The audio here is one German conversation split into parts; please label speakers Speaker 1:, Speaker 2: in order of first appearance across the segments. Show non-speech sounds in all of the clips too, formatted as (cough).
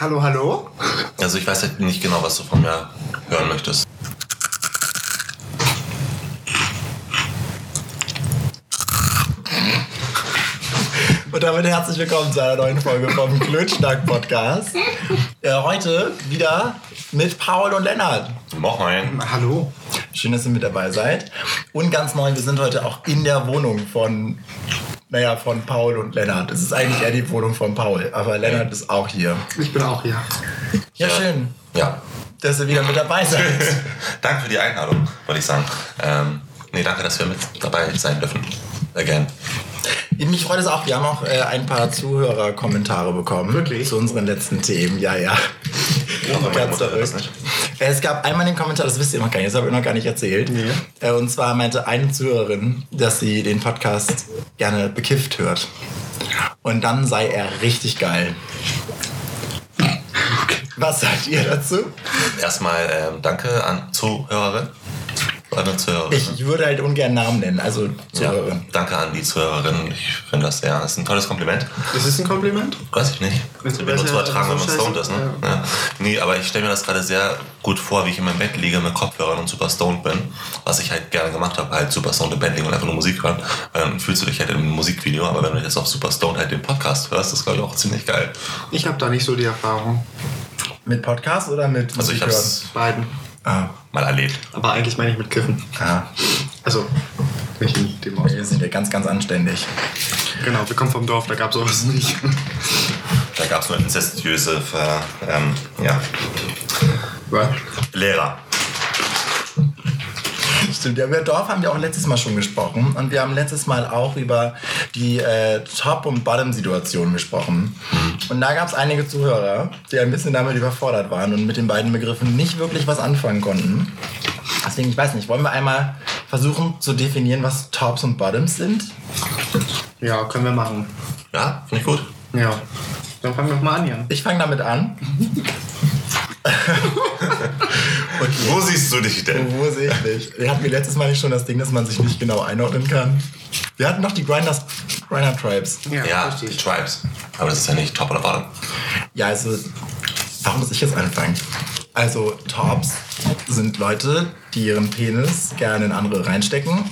Speaker 1: Hallo, hallo?
Speaker 2: Also ich weiß halt nicht genau, was du von mir hören möchtest.
Speaker 1: Und damit herzlich willkommen zu einer neuen Folge vom Klönschnack Podcast. Äh, heute wieder mit Paul und Lennart.
Speaker 2: Moin.
Speaker 1: Hallo. Schön, dass ihr mit dabei seid. Und ganz neu, wir sind heute auch in der Wohnung von, naja, von Paul und Lennart. Es ist eigentlich eher die Wohnung von Paul, aber Lennart ist auch hier.
Speaker 3: Ich bin auch hier.
Speaker 1: Ja, schön,
Speaker 2: Ja.
Speaker 1: dass ihr wieder mit dabei seid.
Speaker 2: Danke für die Einladung, wollte ich sagen. Ähm, nee, danke, dass wir mit dabei sein dürfen. Again.
Speaker 1: Mich freut es auch, wir haben auch äh, ein paar Zuhörerkommentare bekommen.
Speaker 3: Wirklich?
Speaker 1: Zu unseren letzten Themen, ja, ja.
Speaker 2: Aber meine
Speaker 1: Ganz
Speaker 2: Mutter hört das
Speaker 1: verrückt. Es gab einmal den Kommentar, das wisst ihr noch gar nicht, das habe ich noch gar nicht erzählt.
Speaker 3: Nee.
Speaker 1: Äh, Und zwar meinte eine Zuhörerin, dass sie den Podcast gerne bekifft hört. Und dann sei er richtig geil. Was sagt ihr dazu?
Speaker 2: Erstmal ähm, danke an Zuhörerin. An Zuhörerin.
Speaker 1: Ich würde halt ungern Namen nennen, also
Speaker 2: ja,
Speaker 1: Zuhörerin.
Speaker 2: danke an die Zuhörerin. Ich finde das ja, ist ein tolles Kompliment.
Speaker 3: Ist es ein Kompliment?
Speaker 2: Weiß ich nicht.
Speaker 3: Wenn
Speaker 2: Das
Speaker 3: du
Speaker 2: wird nur
Speaker 3: besser-
Speaker 2: zu ertragen, wenn
Speaker 3: so
Speaker 2: man stoned ist.
Speaker 3: scheiße-
Speaker 2: Ne? Ja. Nee, aber ich stelle mir das gerade sehr gut vor, wie ich in meinem Bett liege mit Kopfhörern und super stoned bin. Was ich halt gerne gemacht habe, halt super stoned im Bett liegen und einfach nur Musik hören. Weil dann fühlst du dich halt im Musikvideo, aber wenn du jetzt auch super stoned halt den Podcast hörst, ist glaube ich auch ziemlich geil.
Speaker 3: Ich habe da nicht so die Erfahrung.
Speaker 1: Mit Podcast oder mit
Speaker 2: Also ich
Speaker 1: Musik hören?
Speaker 2: hab's
Speaker 3: Beiden.
Speaker 1: Ah,
Speaker 2: mal erlebt.
Speaker 3: Aber eigentlich meine ich mit Kiffen.
Speaker 1: ah.
Speaker 3: Also, nicht in dem Aus.
Speaker 1: Wir sind ja ganz, ganz anständig.
Speaker 3: Genau, wir kommen vom Dorf, da gab sowas nicht. (laughs)
Speaker 2: Da gab es nur inzestiöse Ver, ähm, ja,
Speaker 3: Was?
Speaker 2: Lehrer.
Speaker 1: Stimmt, ja, über Dorf haben wir auch letztes Mal schon gesprochen und wir haben letztes Mal auch über die äh, Top- und Bottom-Situation gesprochen. Und da gab es einige Zuhörer, die ein bisschen damit überfordert waren und mit den beiden Begriffen nicht wirklich was anfangen konnten. Deswegen, ich weiß nicht, wollen wir einmal versuchen zu definieren, was Tops und Bottoms sind?
Speaker 3: Ja, können wir machen.
Speaker 2: Ja, finde ich gut.
Speaker 3: Ja. Dann fangen wir doch mal an, Jan.
Speaker 1: Ich fange damit an. okay.
Speaker 2: Wo siehst du dich denn?
Speaker 1: Wo sehe ich dich? Wir hatten wir letztes Mal nicht schon das Ding, dass man sich nicht genau einordnen kann. Wir hatten noch die Grinders, Grinder Tribes.
Speaker 2: Ja, die Tribes. Aber das ist ja nicht top oder bottom.
Speaker 1: Ja, also, warum muss ich jetzt anfangen? Also, Tops sind Leute, die ihren Penis gerne in andere reinstecken.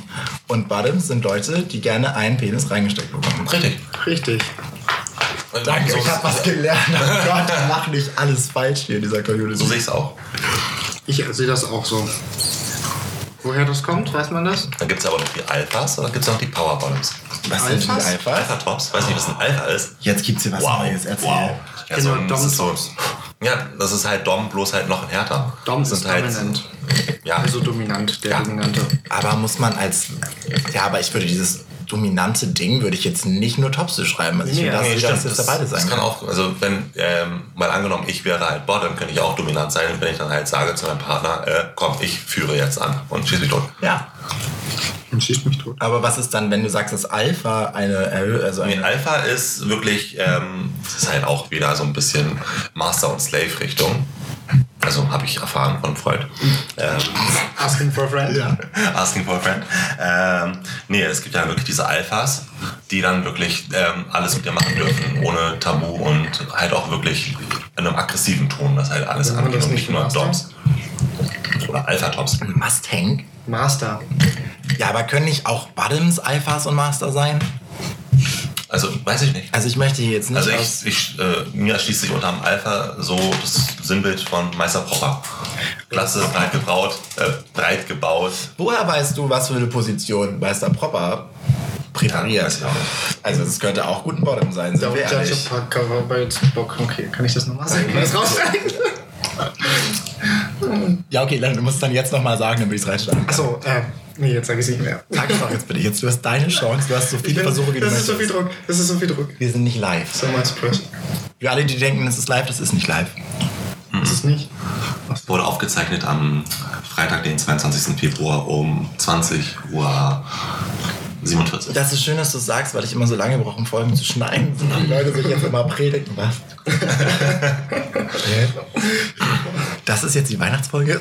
Speaker 1: Und Bottoms sind Leute, die gerne einen Penis reingesteckt bekommen.
Speaker 2: Richtig. Also,
Speaker 3: Richtig.
Speaker 1: Danke,
Speaker 2: so,
Speaker 1: ich hab was gelernt. Oh Gott, mach nicht alles falsch hier in dieser Community.
Speaker 2: so sehe ich es auch.
Speaker 3: Ich sehe das auch so. Woher das kommt, weiß man das?
Speaker 2: Dann gibt es aber noch die Alphas oder gibt es noch die Power Bottoms?
Speaker 1: was sind die
Speaker 3: Alphas?
Speaker 1: Alphas?
Speaker 2: Alpha Tops, weiß nicht, was ein Alpha ist.
Speaker 1: Jetzt gibt's hier was Neues, erzähl.
Speaker 2: Ja,
Speaker 3: Genau,
Speaker 2: so ein, das
Speaker 3: Dom
Speaker 2: ist so,
Speaker 3: Tops.
Speaker 2: ja, das ist halt Dom, bloß halt noch ein härter.
Speaker 3: Dom
Speaker 2: Das
Speaker 3: ist
Speaker 2: halt,
Speaker 3: dominant.
Speaker 2: Ja,
Speaker 3: Also dominant, der
Speaker 2: Ja.
Speaker 3: dominante.
Speaker 1: Aber muss man als. Ja, aber ich würde dieses dominante Ding würde ich jetzt nicht nur Tops beschreiben. Also ich
Speaker 3: Nee,
Speaker 1: finde, das,
Speaker 3: nee,
Speaker 1: nee,
Speaker 2: stimmt,
Speaker 1: das jetzt dabei sein.
Speaker 2: das kann auch, also wenn, ähm, mal angenommen, ich wäre halt Bottom, könnte ich auch dominant sein, Und wenn ich dann halt sage zu meinem Partner, äh, komm, ich führe jetzt an und schieß mich tot.
Speaker 1: Ja.
Speaker 3: Und schießt mich tot.
Speaker 1: Aber was ist dann, wenn du sagst, dass Alpha eine Erhö also
Speaker 2: Nee,
Speaker 1: eine
Speaker 2: Alpha ist wirklich, ähm, das ist halt auch wieder so ein bisschen Master- und Slave-Richtung. Also habe ich erfahren von Freud. Ähm,
Speaker 3: Asking for a friend?
Speaker 1: Ja.
Speaker 2: Asking for a friend. Ähm, nee, es gibt ja wirklich diese Alphas, die dann wirklich ähm, alles mit dir machen dürfen, ohne Tabu und halt auch wirklich in einem aggressiven Ton, das halt alles
Speaker 3: Wenn man
Speaker 2: angeht
Speaker 3: das
Speaker 2: und
Speaker 3: nicht
Speaker 2: nicht nur
Speaker 3: master?
Speaker 2: Doms. Oder Alpha-Tops.
Speaker 1: Mustang?
Speaker 3: Master.
Speaker 1: Ja, aber können nicht auch Bottoms Alphas und Master sein?
Speaker 2: Also, weiß ich nicht.
Speaker 1: Also ich möchte hier jetzt nicht
Speaker 2: Also,
Speaker 1: aus-
Speaker 2: ich, ich, äh, mir erschließt sich unter dem Alpha so das Sinnbild von Meister Propper. Klasse, breit gebraut, äh, breit gebaut.
Speaker 1: Woher weißt du, was für eine Position Meister Proper
Speaker 2: Ja,
Speaker 1: präpariert?
Speaker 2: weiß ich auch nicht.
Speaker 1: also es könnte auch gut ein Bottom sein, sind
Speaker 3: Der
Speaker 1: wir ehrlich.
Speaker 3: Judge-Packer war bei Bock. Okay, kann ich das nochmal sagen? Kann ich das rausschneiden?
Speaker 1: Ja, okay, dann, du musst dann jetzt nochmal sagen, damit ich es reinschneiden kann.
Speaker 3: Achso, äh, nee, jetzt sage ich es nicht mehr.
Speaker 1: Sag es doch jetzt bitte. Jetzt, du hast deine Chance, du hast so viele Versuche, wie du
Speaker 3: das ist
Speaker 1: möchtest.
Speaker 3: so viel Druck, das ist so viel Druck.
Speaker 1: wir sind nicht live.
Speaker 3: So much pressure.
Speaker 1: Für alle, die denken, es ist live, das ist nicht live.
Speaker 3: Das ist nicht.
Speaker 2: Wurde aufgezeichnet am Freitag, den 22. Februar um 20 Uhr 47.
Speaker 1: Das ist schön, dass du es sagst, weil ich immer so lange brauche, um Folgen zu schneiden. Sind die Leute sich jetzt immer predigen was. Hä? das ist jetzt die Weihnachtsfolge?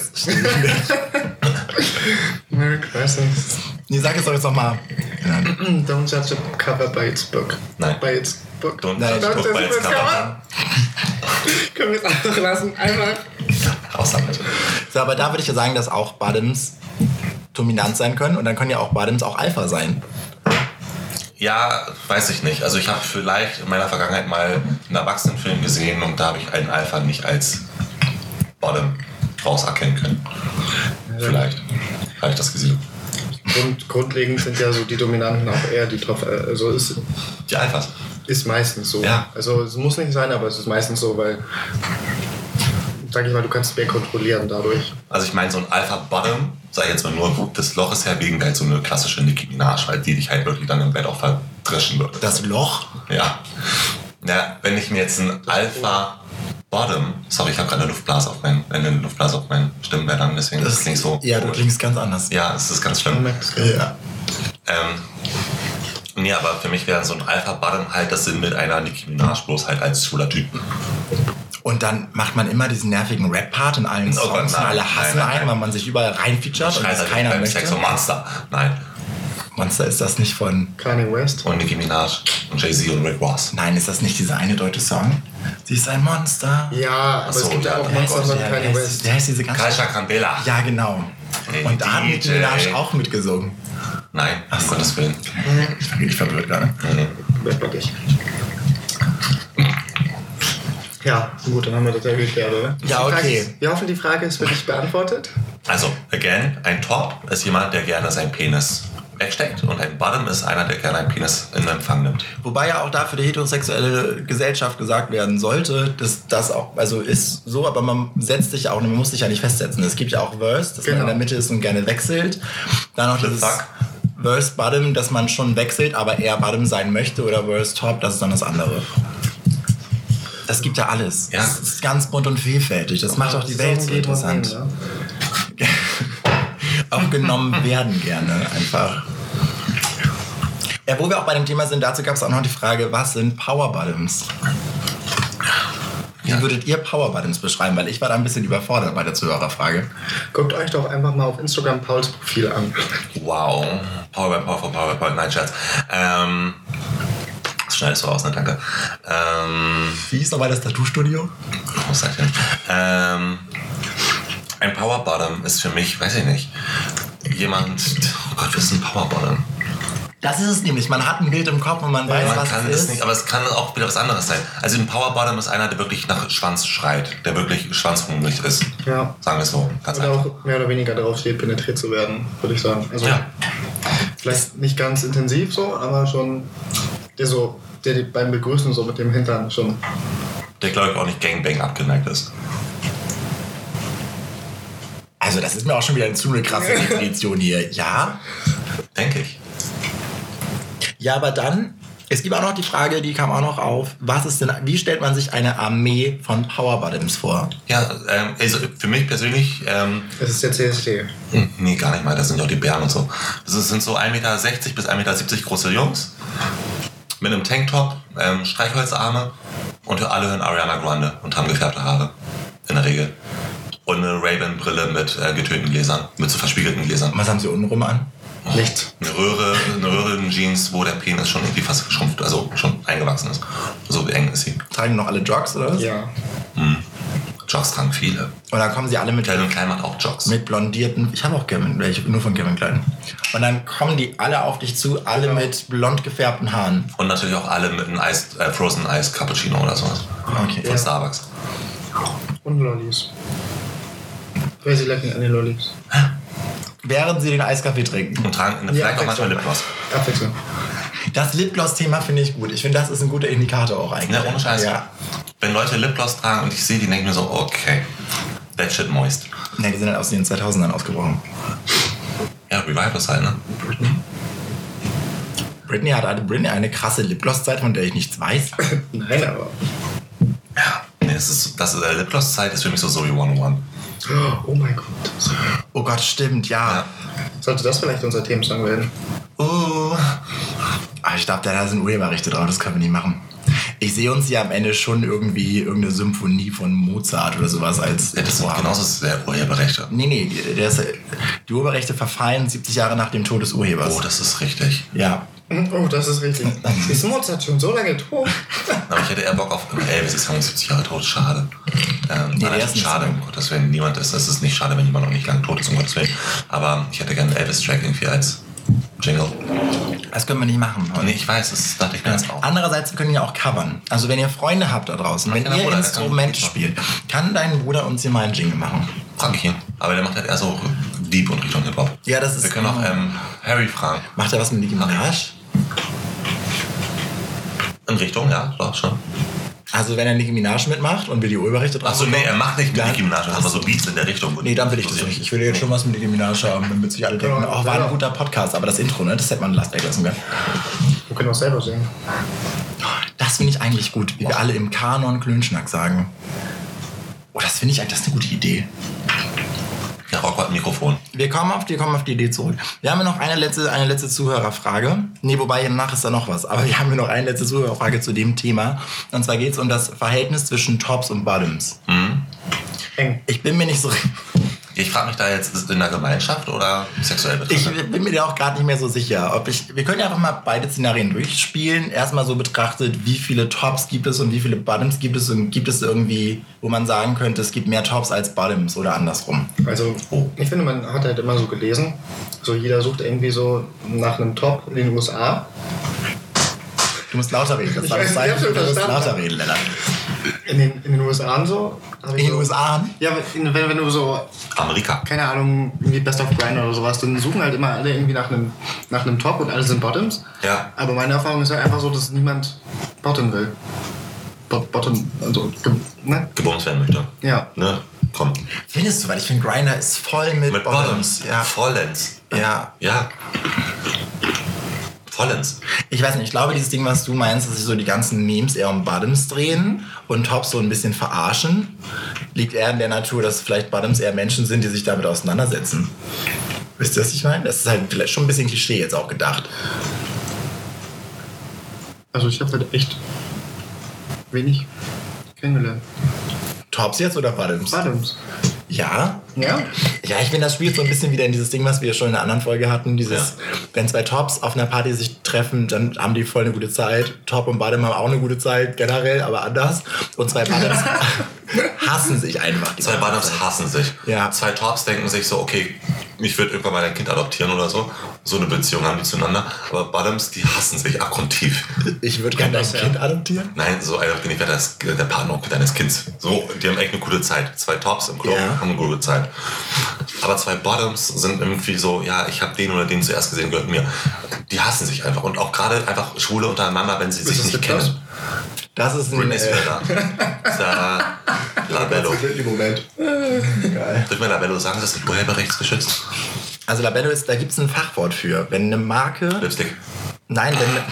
Speaker 3: Merry Christmas.
Speaker 1: Nee, sag es doch jetzt nochmal.
Speaker 3: Mm, Don't judge a cover by its book.
Speaker 2: Nein.
Speaker 3: By its book.
Speaker 2: Don't
Speaker 1: Nein,
Speaker 2: judge a book by its cover.
Speaker 3: (laughs) Können wir es einfach lassen? Einmal.
Speaker 2: (laughs) Raus damit.
Speaker 1: So, aber da würde ich ja sagen, dass auch Bottoms dominant sein können und dann können ja auch Bottoms auch Alpha sein.
Speaker 2: Ja, weiß ich nicht. Also ich habe vielleicht in meiner Vergangenheit mal einen Erwachsenenfilm gesehen und da habe ich einen Alpha nicht als Bottom rauserkennen können. Vielleicht habe ich das gesehen.
Speaker 3: Grund, grundlegend sind ja so die Dominanten auch eher die Top. äh, Also ist,
Speaker 2: Die Alphas.
Speaker 3: ist meistens so.
Speaker 2: Ja.
Speaker 3: Also es muss nicht sein, aber es ist meistens so, weil, sag ich mal, du kannst mehr kontrollieren dadurch.
Speaker 2: Also ich meine, so ein Alpha Bottom, sag ich jetzt mal nur des Loches her, wegen halt so eine klassische Nicki Minaj, weil die dich halt wirklich dann im Bett auch verdreschen würde.
Speaker 1: Das Loch.
Speaker 2: Ja. Ja, wenn ich mir jetzt ein Alpha Bottom, sorry, ich habe gerade eine Luftblase auf meinen, eine Luftblase auf meinen Stimmbändern, deswegen das klingt so.
Speaker 1: Ja, du
Speaker 2: komisch.
Speaker 1: klingst ganz anders.
Speaker 2: Ja, es ist ganz schlimm.
Speaker 1: Ja.
Speaker 2: Ähm, nee, aber für mich wäre so ein Alpha Bottom halt das Sinn mit einer Nicki Minaj bloß halt als schwuler Typ.
Speaker 1: Und dann macht man immer diesen nervigen Rap-Part in allen
Speaker 2: Oh Gott,
Speaker 1: Songs. und
Speaker 2: nein,
Speaker 1: alle hassen
Speaker 2: nein, nein,
Speaker 1: einen,
Speaker 2: nein.
Speaker 1: weil man sich überall reinfeaturet und
Speaker 2: Schreit
Speaker 1: das
Speaker 2: halt
Speaker 1: keiner
Speaker 2: beim
Speaker 1: möchte.
Speaker 2: Sex und Monster. Nein.
Speaker 1: Monster ist das nicht von.
Speaker 3: Kanye West.
Speaker 2: Und Nicki Minaj und Jay-Z und Rick Ross.
Speaker 1: Nein, ist das nicht dieser eine deutsche Song? Sie ist ein Monster.
Speaker 3: Ja,
Speaker 2: Ach
Speaker 3: aber
Speaker 2: so,
Speaker 3: es gibt ja
Speaker 2: ja,
Speaker 3: auch
Speaker 2: oh
Speaker 3: Monster
Speaker 2: Gott,
Speaker 3: von
Speaker 1: Ja,
Speaker 3: Kanye
Speaker 1: der heißt,
Speaker 3: West.
Speaker 1: der heißt diese ganze.
Speaker 2: Kaisha Candela.
Speaker 1: Ja, genau.
Speaker 2: Hey,
Speaker 1: und da hat Nicki
Speaker 2: DJ.
Speaker 1: Minaj auch mitgesungen.
Speaker 2: Nein, um
Speaker 1: so.
Speaker 2: Gottes Willen.
Speaker 1: Ich bin wirklich verwirrt gerade.
Speaker 2: Nee.
Speaker 3: Westblock ich. Ja, gut, dann haben wir das ja geklärt, oder?
Speaker 1: Ja,
Speaker 3: Die Frage
Speaker 1: okay.
Speaker 3: Ist, wir hoffen, die Frage ist für dich beantwortet.
Speaker 2: Also, again, ein Top ist jemand, der gerne seinen Penis wegsteckt und ein Bottom ist einer, der gerne einen Penis in Empfang nimmt.
Speaker 1: Wobei ja auch da für die heterosexuelle Gesellschaft gesagt werden sollte, dass das auch, also ist so, aber man setzt sich auch, man muss sich ja nicht festsetzen. Es gibt ja auch Verse, dass
Speaker 3: Genau.
Speaker 1: man in der Mitte ist und gerne wechselt. Dann noch dieses
Speaker 2: Fuck.
Speaker 1: Verse Bottom, dass man schon wechselt, aber eher Bottom sein möchte oder Verse Top, das ist dann das andere. Das gibt ja alles.
Speaker 2: Ja.
Speaker 1: Das ist ganz bunt und vielfältig. Das macht auch die Welt so
Speaker 3: Saison geht und
Speaker 1: interessant.
Speaker 3: nehmen, ne?
Speaker 2: (laughs)
Speaker 1: auch genommen werden gerne einfach. Ja, wo wir auch bei dem Thema sind, dazu gab es auch noch die Frage, was sind Power Bottoms? Wie würdet ihr Power Bottoms beschreiben? Weil ich war da ein bisschen überfordert bei der Zuhörerfrage.
Speaker 3: Guckt euch doch einfach mal auf Instagram Pauls Profil an.
Speaker 2: Wow. PowerPoint, PowerPoint, PowerPoint, nein, Scherz. Ähm, das schneidest du raus, ne? Danke. Ähm,
Speaker 1: Wie ist nochmal das Tattoo-Studio?
Speaker 2: was sag ich denn? Ähm, ein Power Bottom ist für mich, weiß ich nicht, jemand, oh Gott, was ist ein Power Bottom?
Speaker 1: Das ist es nämlich. Man hat ein Bild im Kopf und man weiß,
Speaker 2: Man
Speaker 1: was
Speaker 2: kann
Speaker 1: es
Speaker 2: es
Speaker 1: ist.
Speaker 2: nicht, aber es kann auch wieder was anderes sein. Also ein Power Bottom ist einer, der wirklich nach Schwanz schreit, der wirklich schwanzhungrig ist.
Speaker 3: Ja.
Speaker 2: Sagen wir es so, ganz
Speaker 3: Oder
Speaker 2: einfach.
Speaker 3: auch mehr oder weniger darauf steht, penetriert zu werden, würde ich sagen. Also
Speaker 2: Ja.
Speaker 3: vielleicht nicht ganz intensiv so, aber schon der so, der die beim Begrüßen so mit dem Hintern schon.
Speaker 2: Der glaube ich auch nicht Gangbang abgeneigt ist.
Speaker 1: also das ist mir auch schon wieder zu
Speaker 2: (laughs)
Speaker 1: eine krasse Definition hier. Ja,
Speaker 2: Denke ich.
Speaker 1: Ja, aber dann, es gibt auch noch die Frage, die kam auch noch auf, was ist denn, wie stellt man sich eine Armee von Power Bottoms vor?
Speaker 2: Ja, ähm, also für mich persönlich, ähm,
Speaker 3: Es ist der CSD.
Speaker 2: Hm, Nee, gar nicht mal. Das sind doch die Bären und so. Das sind so 1,60 Meter bis 1,70 Meter große Jungs. Mit einem Tanktop, ähm, Streichholzarme und alle hören Ariana Grande und haben gefärbte Haare. In der Regel. Und eine Raven-Brille mit äh, getönten Gläsern, mit so verspiegelten Gläsern.
Speaker 1: Was haben sie untenrum an?
Speaker 3: Nichts.
Speaker 2: Eine Röhre, eine Röhre in Jeans, wo der Penis schon irgendwie fast geschrumpft, also schon eingewachsen ist. So eng ist sie.
Speaker 1: Tragen die noch alle Jogs oder was?
Speaker 3: Ja.
Speaker 2: Jogs tragen viele.
Speaker 1: Und dann kommen sie alle mit,
Speaker 2: Calvin Klein macht auch Jogs.
Speaker 1: mit blondierten, ich habe auch Kevin, welche, nur von Kevin Klein. Und dann kommen die alle auf dich zu, alle mit blond gefärbten Haaren.
Speaker 2: Und natürlich auch alle mit einem Eis, äh, Frozen Ice Cappuccino oder sowas.
Speaker 1: Okay.
Speaker 2: Von Starbucks.
Speaker 3: Und Lollis. Crazy lecken an den Lollis.
Speaker 1: Während sie den Eiskaffee trinken.
Speaker 2: Und tragen vielleicht auch manchmal Lipgloss.
Speaker 3: Abwechslung.
Speaker 1: Das Lipgloss-Thema finde ich gut. Ich finde, das ist ein guter Indikator auch eigentlich.
Speaker 2: Ne, ohne Scheiß.
Speaker 1: Ja.
Speaker 2: Wenn Leute Lipgloss tragen und ich sehe die, denke ich mir so, okay, that shit moist.
Speaker 1: Ne, die sind halt aus den 2000ern ausgebrochen.
Speaker 2: Ja, Revival ist halt, ne?
Speaker 1: Britney hat hatte Britney eine krasse Lipgloss-Zeit, von der ich nichts weiß.
Speaker 3: Nein, aber.
Speaker 2: Nee, das ist, das ist, äh, Lipgloss-Zeit ist für mich so Zoe 101.
Speaker 3: Oh mein Gott.
Speaker 1: Oh Gott, stimmt, ja.
Speaker 2: Ja.
Speaker 3: Sollte das vielleicht unser Themensong werden?
Speaker 2: Uh,
Speaker 1: Oh. Ah, ich glaube, da sind Urheberrechte drauf, das können wir nicht machen. Ich sehe uns hier am Ende schon irgendwie irgendeine Symphonie von Mozart oder sowas als.
Speaker 2: ja, das sind
Speaker 1: Vorhaben.
Speaker 2: genauso sehr Urheberrechte.
Speaker 1: Nee, nee, der ist, die Urheberrechte verfallen 70 Jahre nach dem Tod des Urhebers.
Speaker 2: Oh, das ist richtig.
Speaker 1: Ja.
Speaker 3: Oh, das ist richtig. Ist Mozart schon so lange tot?
Speaker 2: Aber ich hätte eher Bock auf oh, Elvis ist 75 Jahre tot, schade. Ähm,
Speaker 1: der
Speaker 2: nein,
Speaker 1: ist nicht
Speaker 2: schade,
Speaker 1: so.
Speaker 2: um Gottes Willen. Niemand ist, es ist nicht schade, wenn jemand noch nicht lang tot ist, um Gottes Willen. Aber ich hätte gerne einen Elvis-Track irgendwie als Jingle. Oh,
Speaker 1: Das können wir nicht machen. heute.
Speaker 2: Nee, ich weiß, das dachte ich mir jetzt auch.
Speaker 1: Andererseits, wir können ihn auch covern. Also wenn ihr Freunde habt da draußen, wenn
Speaker 2: kann
Speaker 1: ihr
Speaker 2: der Bruder, der kann
Speaker 1: Instrumente
Speaker 2: Gitarre.
Speaker 1: spielt, kann dein Bruder uns hier mal einen Jingle machen.
Speaker 2: Frag ich ihn. Aber der macht halt eher so deep und Richtung Hip-Hop.
Speaker 1: Ja, das ist- genau.
Speaker 2: Wir können auch ähm, Harry fragen.
Speaker 1: Macht er was mit Nicki Minaj?
Speaker 2: In Richtung, ja, doch schon.
Speaker 1: Also wenn er Nicki Minaj mitmacht und wir die Urheberrechte drauf
Speaker 2: Achso, nee, er macht nicht mit
Speaker 1: Dann-
Speaker 2: Nicki Minaj, aber so Beats in der Richtung.
Speaker 1: Nee, dann will ich das nicht. Ich will jetzt schon was mit Nicki Minaj haben, damit sich alle denken,
Speaker 3: Ja,
Speaker 1: oh, war
Speaker 3: ja.
Speaker 1: ein guter Podcast. Aber das Intro, ne, das hätte man last weglassen können.
Speaker 3: Wir können auch selber singen.
Speaker 1: Das finde ich eigentlich gut, wie wir alle im Kanon Klönschnack sagen. Oh, das finde ich eigentlich, das ist eine gute Idee.
Speaker 2: Ja, Rocco hat ein Mikrofon.
Speaker 1: Wir kommen auf, wir kommen auf die Idee zurück. Wir haben ja noch eine letzte, eine letzte Zuhörerfrage. Nee, wobei danach ist da noch was. Aber wir haben ja noch eine letzte Zuhörerfrage zu dem Thema. Und zwar geht es um das Verhältnis zwischen Tops und Bottoms.
Speaker 3: Eng.
Speaker 1: Ich bin mir nicht so,
Speaker 2: Ich frage mich da jetzt, ist es in der Gemeinschaft oder sexuell
Speaker 1: ich
Speaker 2: betrachtet?
Speaker 1: bin mir da auch gerade nicht mehr so sicher. Ob ich, wir können ja einfach mal beide Szenarien durchspielen. Erstmal so betrachtet, wie viele Tops gibt es und wie viele Bottoms gibt es und gibt es irgendwie, wo man sagen könnte, es gibt mehr Tops als Bottoms oder andersrum.
Speaker 3: Also, ich finde, man hat halt immer so gelesen, so jeder sucht irgendwie so nach einem Top in den USA.
Speaker 1: Du musst lauter reden. Das
Speaker 3: Ich
Speaker 1: war das
Speaker 3: weiß, ich hab's
Speaker 1: Zeichen.
Speaker 3: schon
Speaker 1: Du musst
Speaker 3: verstanden.
Speaker 1: lauter reden, Lennart.
Speaker 3: In den, in den USA und so. hab ich
Speaker 1: In den
Speaker 3: so-
Speaker 1: USA.
Speaker 3: Ja, wenn, wenn wenn du so
Speaker 2: Amerika.
Speaker 3: keine Ahnung, irgendwie Best of Grind oder sowas, dann suchen halt immer alle irgendwie nach einem, nach einem Top und alle sind Bottoms.
Speaker 2: Ja.
Speaker 3: Aber meine Erfahrung ist halt einfach so, dass niemand Bottom will. Bo Bottom, also, ge- ne?
Speaker 2: Gebumst werden möchte.
Speaker 3: Ja.
Speaker 2: Ne? Komm.
Speaker 1: Findest du, weil ich finde, Grinder ist voll mit,
Speaker 2: Mit Bottoms. Vollends.
Speaker 1: Ja. ja.
Speaker 2: Ja. Vollends.
Speaker 1: Ich weiß nicht, ich glaube, dieses Ding, was du meinst, dass sich so die ganzen Memes eher um Bottoms drehen und Tops so ein bisschen verarschen, liegt eher in der Natur, dass vielleicht Bottoms eher Menschen sind, die sich damit auseinandersetzen. Wisst ihr, was ich meine? Das ist halt vielleicht schon ein bisschen Klischee jetzt auch gedacht.
Speaker 3: Also ich habe halt echt wenig kennengelernt.
Speaker 1: Tops jetzt oder Bottoms?
Speaker 3: Bottoms.
Speaker 1: Ja.
Speaker 3: Ja?
Speaker 1: Ja, ich finde, das spielt so ein bisschen wieder in dieses Ding, was wir schon in einer anderen Folge hatten. Dieses, wenn zwei Tops auf einer Party sich treffen, dann haben die voll eine gute Zeit. Top und Bottom haben auch eine gute Zeit, generell, aber anders. Und zwei Bottoms hassen sich einfach. Die
Speaker 2: Zwei Bottoms hassen sich.
Speaker 1: Ja.
Speaker 2: Zwei Tops denken sich so, okay, ich würde irgendwann mal ein Kind adoptieren oder so. So eine Beziehung haben die zueinander. Aber Bottoms, die hassen sich abgrundtief.
Speaker 1: Ich würde gerne dein
Speaker 3: Ja.
Speaker 1: Kind adoptieren.
Speaker 2: Nein, so einer, den ich werde, das der Partner deines Kindes. So, die haben echt eine gute Zeit. Zwei Tops im Club
Speaker 1: Ja.
Speaker 2: haben eine gute Zeit. Aber zwei Bottoms sind irgendwie so, ja, ich habe den oder den zuerst gesehen, gehört mir. Die hassen sich einfach. Und auch gerade einfach Schwule untereinander, wenn sie sich
Speaker 3: das
Speaker 2: nicht
Speaker 3: Lip Gloss?
Speaker 2: kennen.
Speaker 1: Das ist ein.
Speaker 2: Britney ist
Speaker 1: Äh,
Speaker 2: wieder da. Sarah Labello.
Speaker 1: Moment.
Speaker 2: Dürfen wir Labello sagen, das ist nicht urheberrechtsgeschützt?
Speaker 1: Also Labello ist, da gibt es ein Fachwort für. Wenn eine Marke.
Speaker 2: Lipstick.
Speaker 1: Nein, wenn.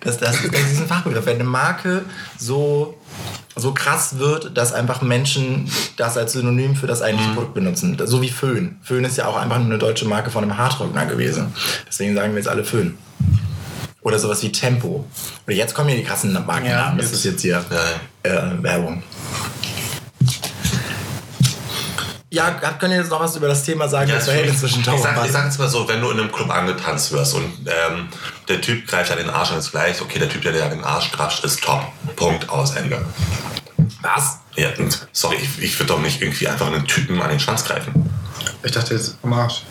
Speaker 1: Das, das, das ist ein Fachbegriff. Wenn eine Marke so, so krass wird, dass einfach Menschen das als Synonym für das eigentliche
Speaker 3: Mhm.
Speaker 1: Produkt benutzen. So wie Föhn. Föhn ist ja auch einfach nur eine deutsche Marke von einem Haartrockner gewesen. Deswegen sagen wir jetzt alle Föhn. Oder sowas wie Tempo. Oder jetzt kommen hier die krassen Marken.
Speaker 3: Ja,
Speaker 1: das ist jetzt hier
Speaker 2: Ja,
Speaker 1: äh, Werbung. Ja, könnt ihr jetzt noch was über das Thema sagen, das Verhältnis zwischen Tau
Speaker 2: ich
Speaker 1: und
Speaker 2: sag, ich
Speaker 1: Bass?
Speaker 2: sag jetzt mal so, wenn du in einem Club angetanzt wirst und ähm, der Typ greift an den Arsch und ist gleich, okay, der Typ, der dir an den Arsch grapscht, ist top. Punkt, aus, Ende.
Speaker 1: Was?
Speaker 2: Ja, und sorry, ich, ich würde doch nicht irgendwie einfach einen Typen an den Schwanz greifen.
Speaker 3: Ich dachte jetzt am Arsch.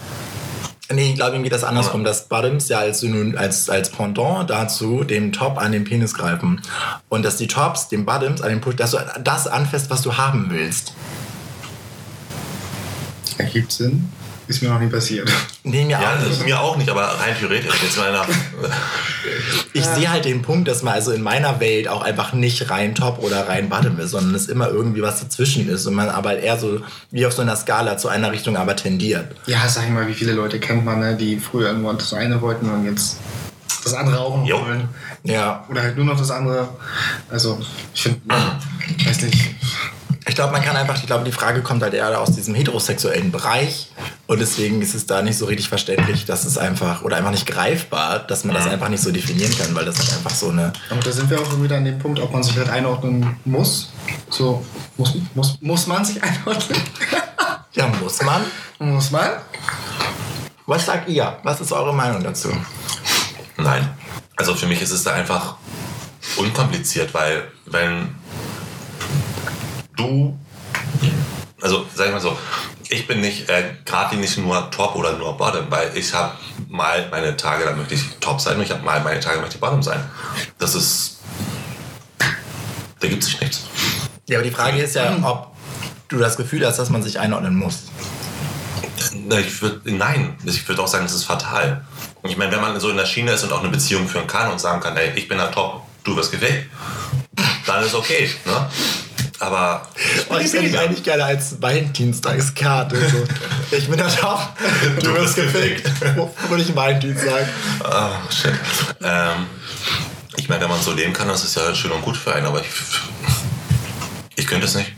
Speaker 1: Nee, ich glaube, ihm geht das andersrum, dass Bottoms ja als, Synonym- als, als Pendant dazu dem Top an den Penis greifen. Und dass die Tops dem Bottoms an den Push, dass du das anfasst, was du haben willst.
Speaker 3: Ergibt Sinn. Ist mir noch nie passiert.
Speaker 1: Nee, mir
Speaker 2: Ja,
Speaker 1: auch
Speaker 2: das
Speaker 1: nicht.
Speaker 2: ist mir auch nicht, aber rein theoretisch. Jetzt mal einer,
Speaker 1: Ich sehe halt den Punkt, dass man also in meiner Welt auch einfach nicht rein Top oder rein Bottom ist, sondern es immer irgendwie was dazwischen ist und man aber eher so wie auf so einer Skala zu einer Richtung aber tendiert.
Speaker 3: Ja, sag ich mal, wie viele Leute kennt man, ne, die früher nur das eine wollten und jetzt das andere auch noch
Speaker 2: Jo.
Speaker 3: wollen.
Speaker 1: Ja,
Speaker 3: Oder halt nur noch das andere. Also, ich finde, weiß nicht.
Speaker 1: ich glaube, man kann einfach, ich glaube, die Frage kommt halt eher aus diesem heterosexuellen Bereich und deswegen ist es da nicht so richtig verständlich, dass es einfach oder einfach nicht greifbar, dass man das einfach nicht so definieren kann, weil das halt einfach so eine.
Speaker 3: Aber da sind wir auch schon wieder an dem Punkt, ob man sich halt einordnen muss. So, muss, muss, muss man sich (laughs) einordnen?
Speaker 1: Ja, muss man.
Speaker 3: muss man?
Speaker 1: Was sagt ihr? Was ist eure Meinung dazu?
Speaker 2: nein. Also für mich ist es da einfach unkompliziert, weil wenn du, also sag ich mal so, ich bin nicht äh, geradlinig nur Top oder nur Bottom, weil ich habe mal meine Tage, da möchte ich Top sein und ich habe mal meine Tage, da möchte ich Bottom sein. Das ist, da gibt sich nichts.
Speaker 1: Ja, aber die Frage ist ja, ob du das Gefühl hast, dass man sich einordnen muss.
Speaker 2: Na, Ich würd, nein, ich würde auch sagen, das ist fatal. Und Ich meine, wenn man so in der Schiene ist und auch eine Beziehung führen kann und sagen kann, ey, ich bin da top, du wirst gefickt, dann ist okay. Ne? Aber
Speaker 1: Oh, das hätte ich eigentlich gerne als Valentinstagskarte. So. Ich bin da drauf. Du wirst gefickt. Würde ich Valentinstag.
Speaker 2: Ah, shit. Ähm, ich meine, wenn man so leben kann, das ist ja schön und gut für einen, aber ich, ich könnte es nicht.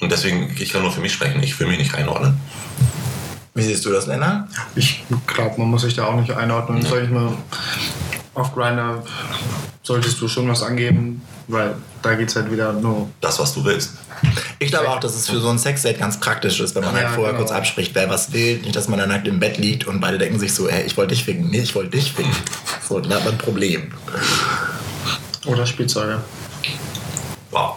Speaker 2: Und deswegen, ich kann nur für mich sprechen, ich will mich nicht einordnen.
Speaker 1: Wie siehst du das, Nenna?
Speaker 3: Ich glaube, man muss sich da auch nicht einordnen. Sag ich mal, auf Grinder solltest du schon was angeben, weil da geht es halt wieder nur.
Speaker 2: Das, was du willst.
Speaker 1: Ich glaube auch, dass es für so ein Sexdate ganz praktisch ist, wenn man
Speaker 3: Ja,
Speaker 1: halt vorher
Speaker 3: genau.
Speaker 1: kurz abspricht, wer was will. Nicht, dass man dann halt im Bett liegt und beide denken sich so, ey, ich wollte dich ficken. Nee, ich wollte dich ficken. So, dann hat man ein Problem.
Speaker 3: Oder Spielzeuge.
Speaker 2: Wow.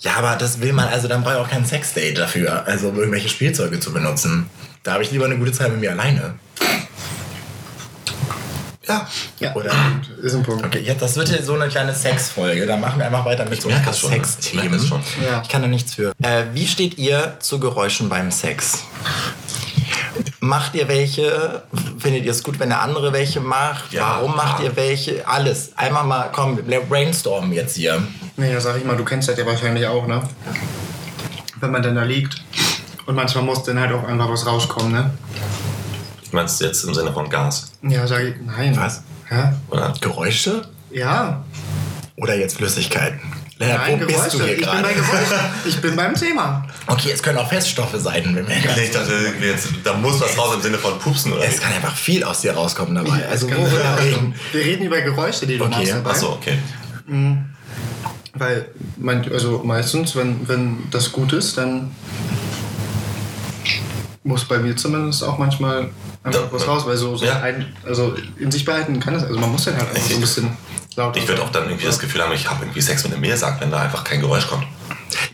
Speaker 1: Ja, aber das will man, also dann brauche ich auch kein Sexdate dafür, also um irgendwelche Spielzeuge zu benutzen. Da habe ich lieber eine gute Zeit mit mir alleine. Ja.
Speaker 3: Ja.
Speaker 1: Oder?
Speaker 3: Ist ein Punkt.
Speaker 1: Okay, jetzt, das wird hier so eine kleine Sexfolge. Da machen wir einfach weiter mit so ein
Speaker 2: merke
Speaker 1: paar
Speaker 2: das schon. Ich merke
Speaker 1: Sexthemen.
Speaker 2: das schon.
Speaker 3: Ja.
Speaker 1: Ich kann da nichts für. Äh, wie steht ihr zu Geräuschen beim Sex? Macht ihr welche? Findet ihr es gut, wenn der andere welche macht?
Speaker 2: Ja.
Speaker 1: Warum macht ihr welche? Alles. Einmal mal, komm, wir brainstormen jetzt hier.
Speaker 3: Naja, sag ich mal, du kennst das ja wahrscheinlich auch, ne? Wenn man dann da liegt und manchmal muss dann halt auch einfach was rauskommen, ne?
Speaker 2: Ich meine es jetzt im Sinne von Gas.
Speaker 3: Ja, sag ich, nein.
Speaker 1: Was?
Speaker 3: Hä?
Speaker 2: Oder?
Speaker 1: Geräusche?
Speaker 3: Ja,
Speaker 1: Oder jetzt Flüssigkeiten? Lennart,
Speaker 3: nein,
Speaker 1: wo
Speaker 3: Geräusche.
Speaker 1: bist du hier
Speaker 3: ich bin bei
Speaker 1: gerade?
Speaker 3: Geräuschen. Ich bin beim Thema.
Speaker 1: Okay, es können auch Feststoffe sein, wenn wir
Speaker 2: Ich dachte, jetzt, da muss was raus im Sinne von Pupsen oder
Speaker 1: Es
Speaker 2: wie?
Speaker 1: kann einfach viel aus dir rauskommen dabei. Also,
Speaker 3: Ganz
Speaker 1: (laughs) worüber
Speaker 3: klar.
Speaker 1: reden?
Speaker 3: Wir reden über Geräusche, die du
Speaker 1: Okay,
Speaker 3: machst dabei.
Speaker 2: Achso, okay.
Speaker 3: Weil, mein, also meistens, wenn, wenn das gut ist, dann muss bei mir zumindest auch manchmal einfach
Speaker 2: Ja.
Speaker 3: was raus, weil so, so
Speaker 2: Ja.
Speaker 3: ein, also in sich behalten kann es, also man muss dann halt einfach so ein bisschen lauter.
Speaker 2: Ich würde auch dann irgendwie das Gefühl haben, ich habe irgendwie Sex mit einem Mehlsack, wenn da einfach kein Geräusch kommt.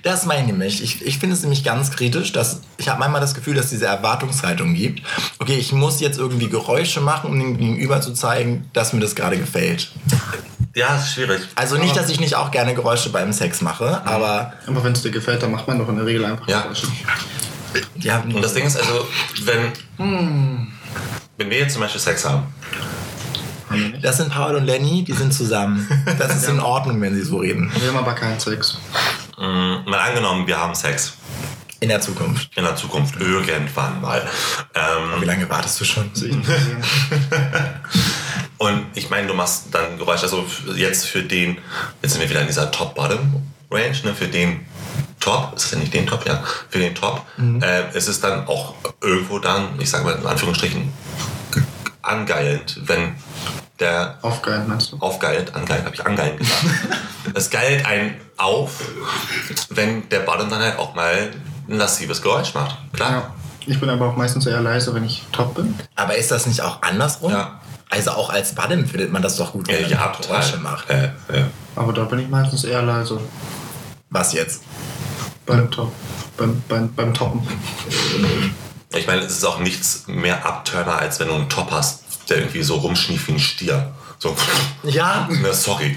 Speaker 1: Das meine ich nämlich. Ich, ich finde es nämlich ganz kritisch, dass ich habe manchmal das Gefühl, dass diese Erwartungshaltung gibt. Okay, ich muss jetzt irgendwie Geräusche machen, um dem Gegenüber zu zeigen, dass mir das gerade gefällt.
Speaker 2: Ja, Mhm. ist schwierig.
Speaker 1: Also nicht, dass ich nicht auch gerne Geräusche beim Sex mache, aber
Speaker 3: Aber wenn es dir gefällt, dann macht man doch in der Regel einfach
Speaker 2: Ja.
Speaker 3: Geräusche.
Speaker 1: ja,
Speaker 2: Und das Ding ist also, wenn, wenn wir jetzt zum Beispiel Sex haben,
Speaker 1: das sind Paul und Lenny, die sind zusammen.
Speaker 2: (laughs)
Speaker 1: Das ist in Ordnung, wenn sie so reden.
Speaker 3: Wir haben aber keinen Sex.
Speaker 2: mh, mm, mal angenommen, wir haben Sex
Speaker 1: In der Zukunft.
Speaker 2: in der Zukunft irgendwann mal. Ähm,
Speaker 1: Wie lange wartest du schon?
Speaker 2: und ich meine, du machst dann Geräusche, also f- jetzt für den, jetzt sind wir wieder in dieser Top-Bottom-Range, ne, für den Top, ist das ja nicht den Top, ja, für den Top, äh, ist es dann auch irgendwo dann, ich sage mal in Anführungsstrichen, angeilend, wenn der
Speaker 3: Aufgeheilt, meinst du?
Speaker 2: Oh. aufgeilt, angeilt, habe ich angeilt (laughs) gesagt. es geilt einen auf, wenn der Bottom dann halt auch mal ein lassives Geräusch macht. Klar.
Speaker 3: Ja. Ich bin aber auch meistens eher leise, wenn ich top bin.
Speaker 1: Aber ist das nicht auch andersrum?
Speaker 2: Ja.
Speaker 1: Also auch als Badem findet man das doch gut,
Speaker 2: Äh,
Speaker 1: wenn
Speaker 2: ja,
Speaker 1: man Geräusche
Speaker 2: total.
Speaker 1: macht.
Speaker 2: Äh, äh.
Speaker 3: Aber da bin ich meistens eher leise.
Speaker 1: Was jetzt?
Speaker 3: Beim Top. Beim, beim, beim Toppen.
Speaker 2: Ich meine, es ist auch nichts mehr Abturner, als wenn du einen Top hast, der irgendwie so rumschnieft wie ein Stier. So,
Speaker 1: Ja,
Speaker 2: na sorry.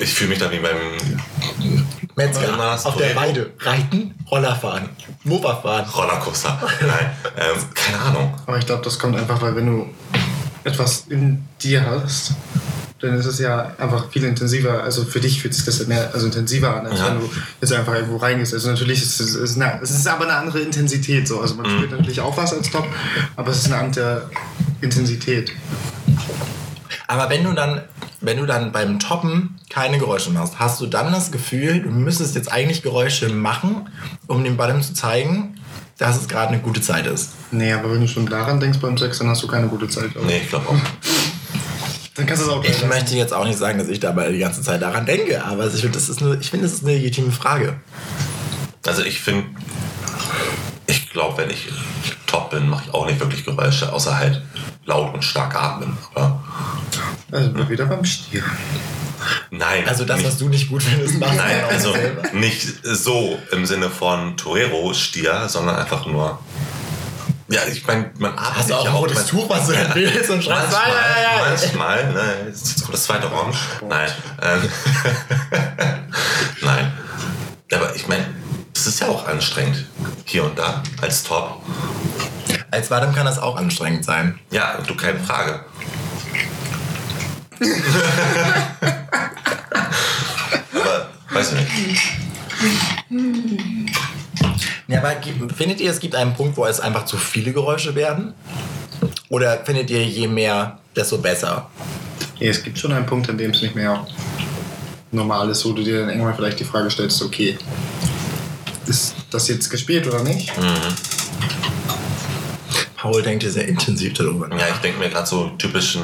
Speaker 2: Ich fühle mich dann wie beim
Speaker 1: Metzger,
Speaker 2: Immer das
Speaker 1: auf der
Speaker 2: Problem.
Speaker 1: Weide, reiten, Roller fahren, Mofa fahren.
Speaker 2: Rollercoaster. Nein, ähm, keine Ahnung.
Speaker 3: Aber ich glaube, das kommt einfach, weil wenn du etwas in dir hast, dann ist es ja einfach viel intensiver. Also für dich fühlt sich das mehr also intensiver an, als
Speaker 2: Ja.
Speaker 3: wenn du jetzt einfach irgendwo reingehst. Also natürlich ist es, ist eine, es ist aber eine andere Intensität. So. Also man
Speaker 2: Mhm.
Speaker 3: spürt natürlich auch was als Top, aber es ist eine andere Intensität.
Speaker 1: Aber wenn du dann, wenn du dann beim Toppen keine Geräusche machst, hast du dann das Gefühl, du müsstest jetzt eigentlich Geräusche machen, um dem Bottom zu zeigen, dass es gerade eine gute Zeit ist.
Speaker 3: Nee, aber wenn du schon daran denkst beim Sex, dann hast du keine gute Zeit. glaub ich.
Speaker 2: Nee, ich glaube auch.
Speaker 3: Dann kannst du es auch gleich
Speaker 1: Ich
Speaker 3: lassen.
Speaker 1: möchte jetzt auch nicht sagen, dass ich dabei die ganze Zeit daran denke, aber ich finde, das ist eine, ich finde, das ist eine legitime Frage.
Speaker 2: Also ich finde, ich glaube, wenn ich top bin, mache ich auch nicht wirklich Geräusche, außer halt laut und stark atmen. Aber
Speaker 3: Also wieder beim Stier.
Speaker 2: Nein.
Speaker 1: Also das, was
Speaker 2: nicht,
Speaker 1: du nicht gut findest, machst du
Speaker 2: Nein,
Speaker 1: auch
Speaker 2: also
Speaker 1: selber.
Speaker 2: nicht so im Sinne von Torero, Stier, sondern einfach nur. Ja, ich meine, man arbeitet
Speaker 1: Hast du auch
Speaker 2: ja
Speaker 1: ein rotes
Speaker 2: man-
Speaker 1: Tuch, was du dann willst und schreibst?
Speaker 2: Manchmal,
Speaker 1: nein, nein, nein.
Speaker 2: manchmal, ne, jetzt kommt das zweite Orange. Nein. Ähm, (laughs) nein. Aber ich meine, das ist ja auch anstrengend. Hier und da, als Top.
Speaker 1: Als Badem kann das auch anstrengend sein.
Speaker 2: Ja, du, keine Frage. Aber, weiß ich nicht.
Speaker 1: Ja, aber ge- findet ihr, es gibt einen Punkt, wo es einfach zu viele Geräusche werden? Oder findet ihr, je mehr, desto besser?
Speaker 3: Nee, es gibt schon einen Punkt, an dem es nicht mehr normal ist, wo du dir dann irgendwann vielleicht die Frage stellst, okay, ist das jetzt gespielt oder nicht?
Speaker 1: Mhm. Paul denkt hier sehr intensiv darüber. nach.
Speaker 2: Ja, ich denke mir gerade so typischen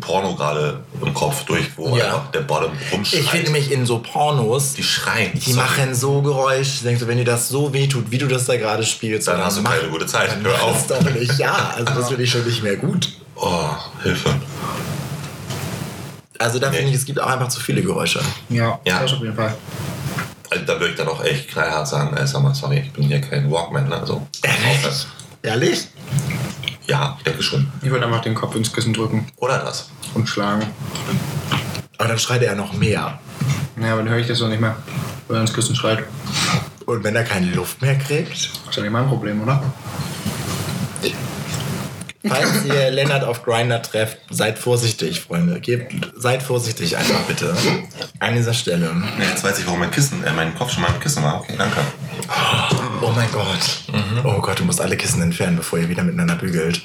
Speaker 2: Porno gerade im Kopf durch, wo
Speaker 1: Ja.
Speaker 2: einfach der Bottom rumschreit.
Speaker 1: Ich finde nämlich in so Pornos,
Speaker 2: die
Speaker 1: die,
Speaker 2: schreien. Sorry.
Speaker 1: machen so Geräusche. Denkst du, wenn dir das so wehtut, wie du das da gerade spielst,
Speaker 2: Dann hast du
Speaker 1: mach-
Speaker 2: keine gute Zeit.
Speaker 1: Dann
Speaker 2: Hör
Speaker 1: mach
Speaker 2: auf.
Speaker 1: das doch nicht. Ja, also das finde ich schon nicht mehr gut.
Speaker 2: Oh, Hilfe.
Speaker 1: Also da
Speaker 2: Nee.
Speaker 1: finde ich, es gibt auch einfach zu viele Geräusche.
Speaker 3: Ja,
Speaker 2: Ja.
Speaker 3: das auf jeden Fall.
Speaker 2: Also, da würde ich dann auch echt knallhart sagen, ey, sag mal, sorry, ich bin hier kein Walkman, ne? Also,
Speaker 1: Ehrlich? Ehrlich?
Speaker 2: ja, ich denke schon.
Speaker 3: Ich würde einfach den Kopf ins Kissen drücken
Speaker 2: Oder das.
Speaker 3: und schlagen.
Speaker 1: Aber dann schreit er noch mehr.
Speaker 3: Ja, aber dann höre ich das doch nicht mehr, weil er ins Kissen schreit.
Speaker 1: Und wenn er keine Luft mehr kriegt,
Speaker 3: Ist ja nicht mein Problem, oder?
Speaker 1: falls ihr Lennart auf Grinder trefft, seid vorsichtig, Freunde. Gebt, seid vorsichtig einfach bitte. An dieser Stelle.
Speaker 2: Ja, jetzt weiß ich, warum mein Kissen, äh, mein Kopf schon mal im Kissen war. Okay, danke.
Speaker 1: Oh mein Gott.
Speaker 2: Mhm.
Speaker 1: Oh Gott, du musst alle Kissen entfernen, bevor ihr wieder miteinander bügelt.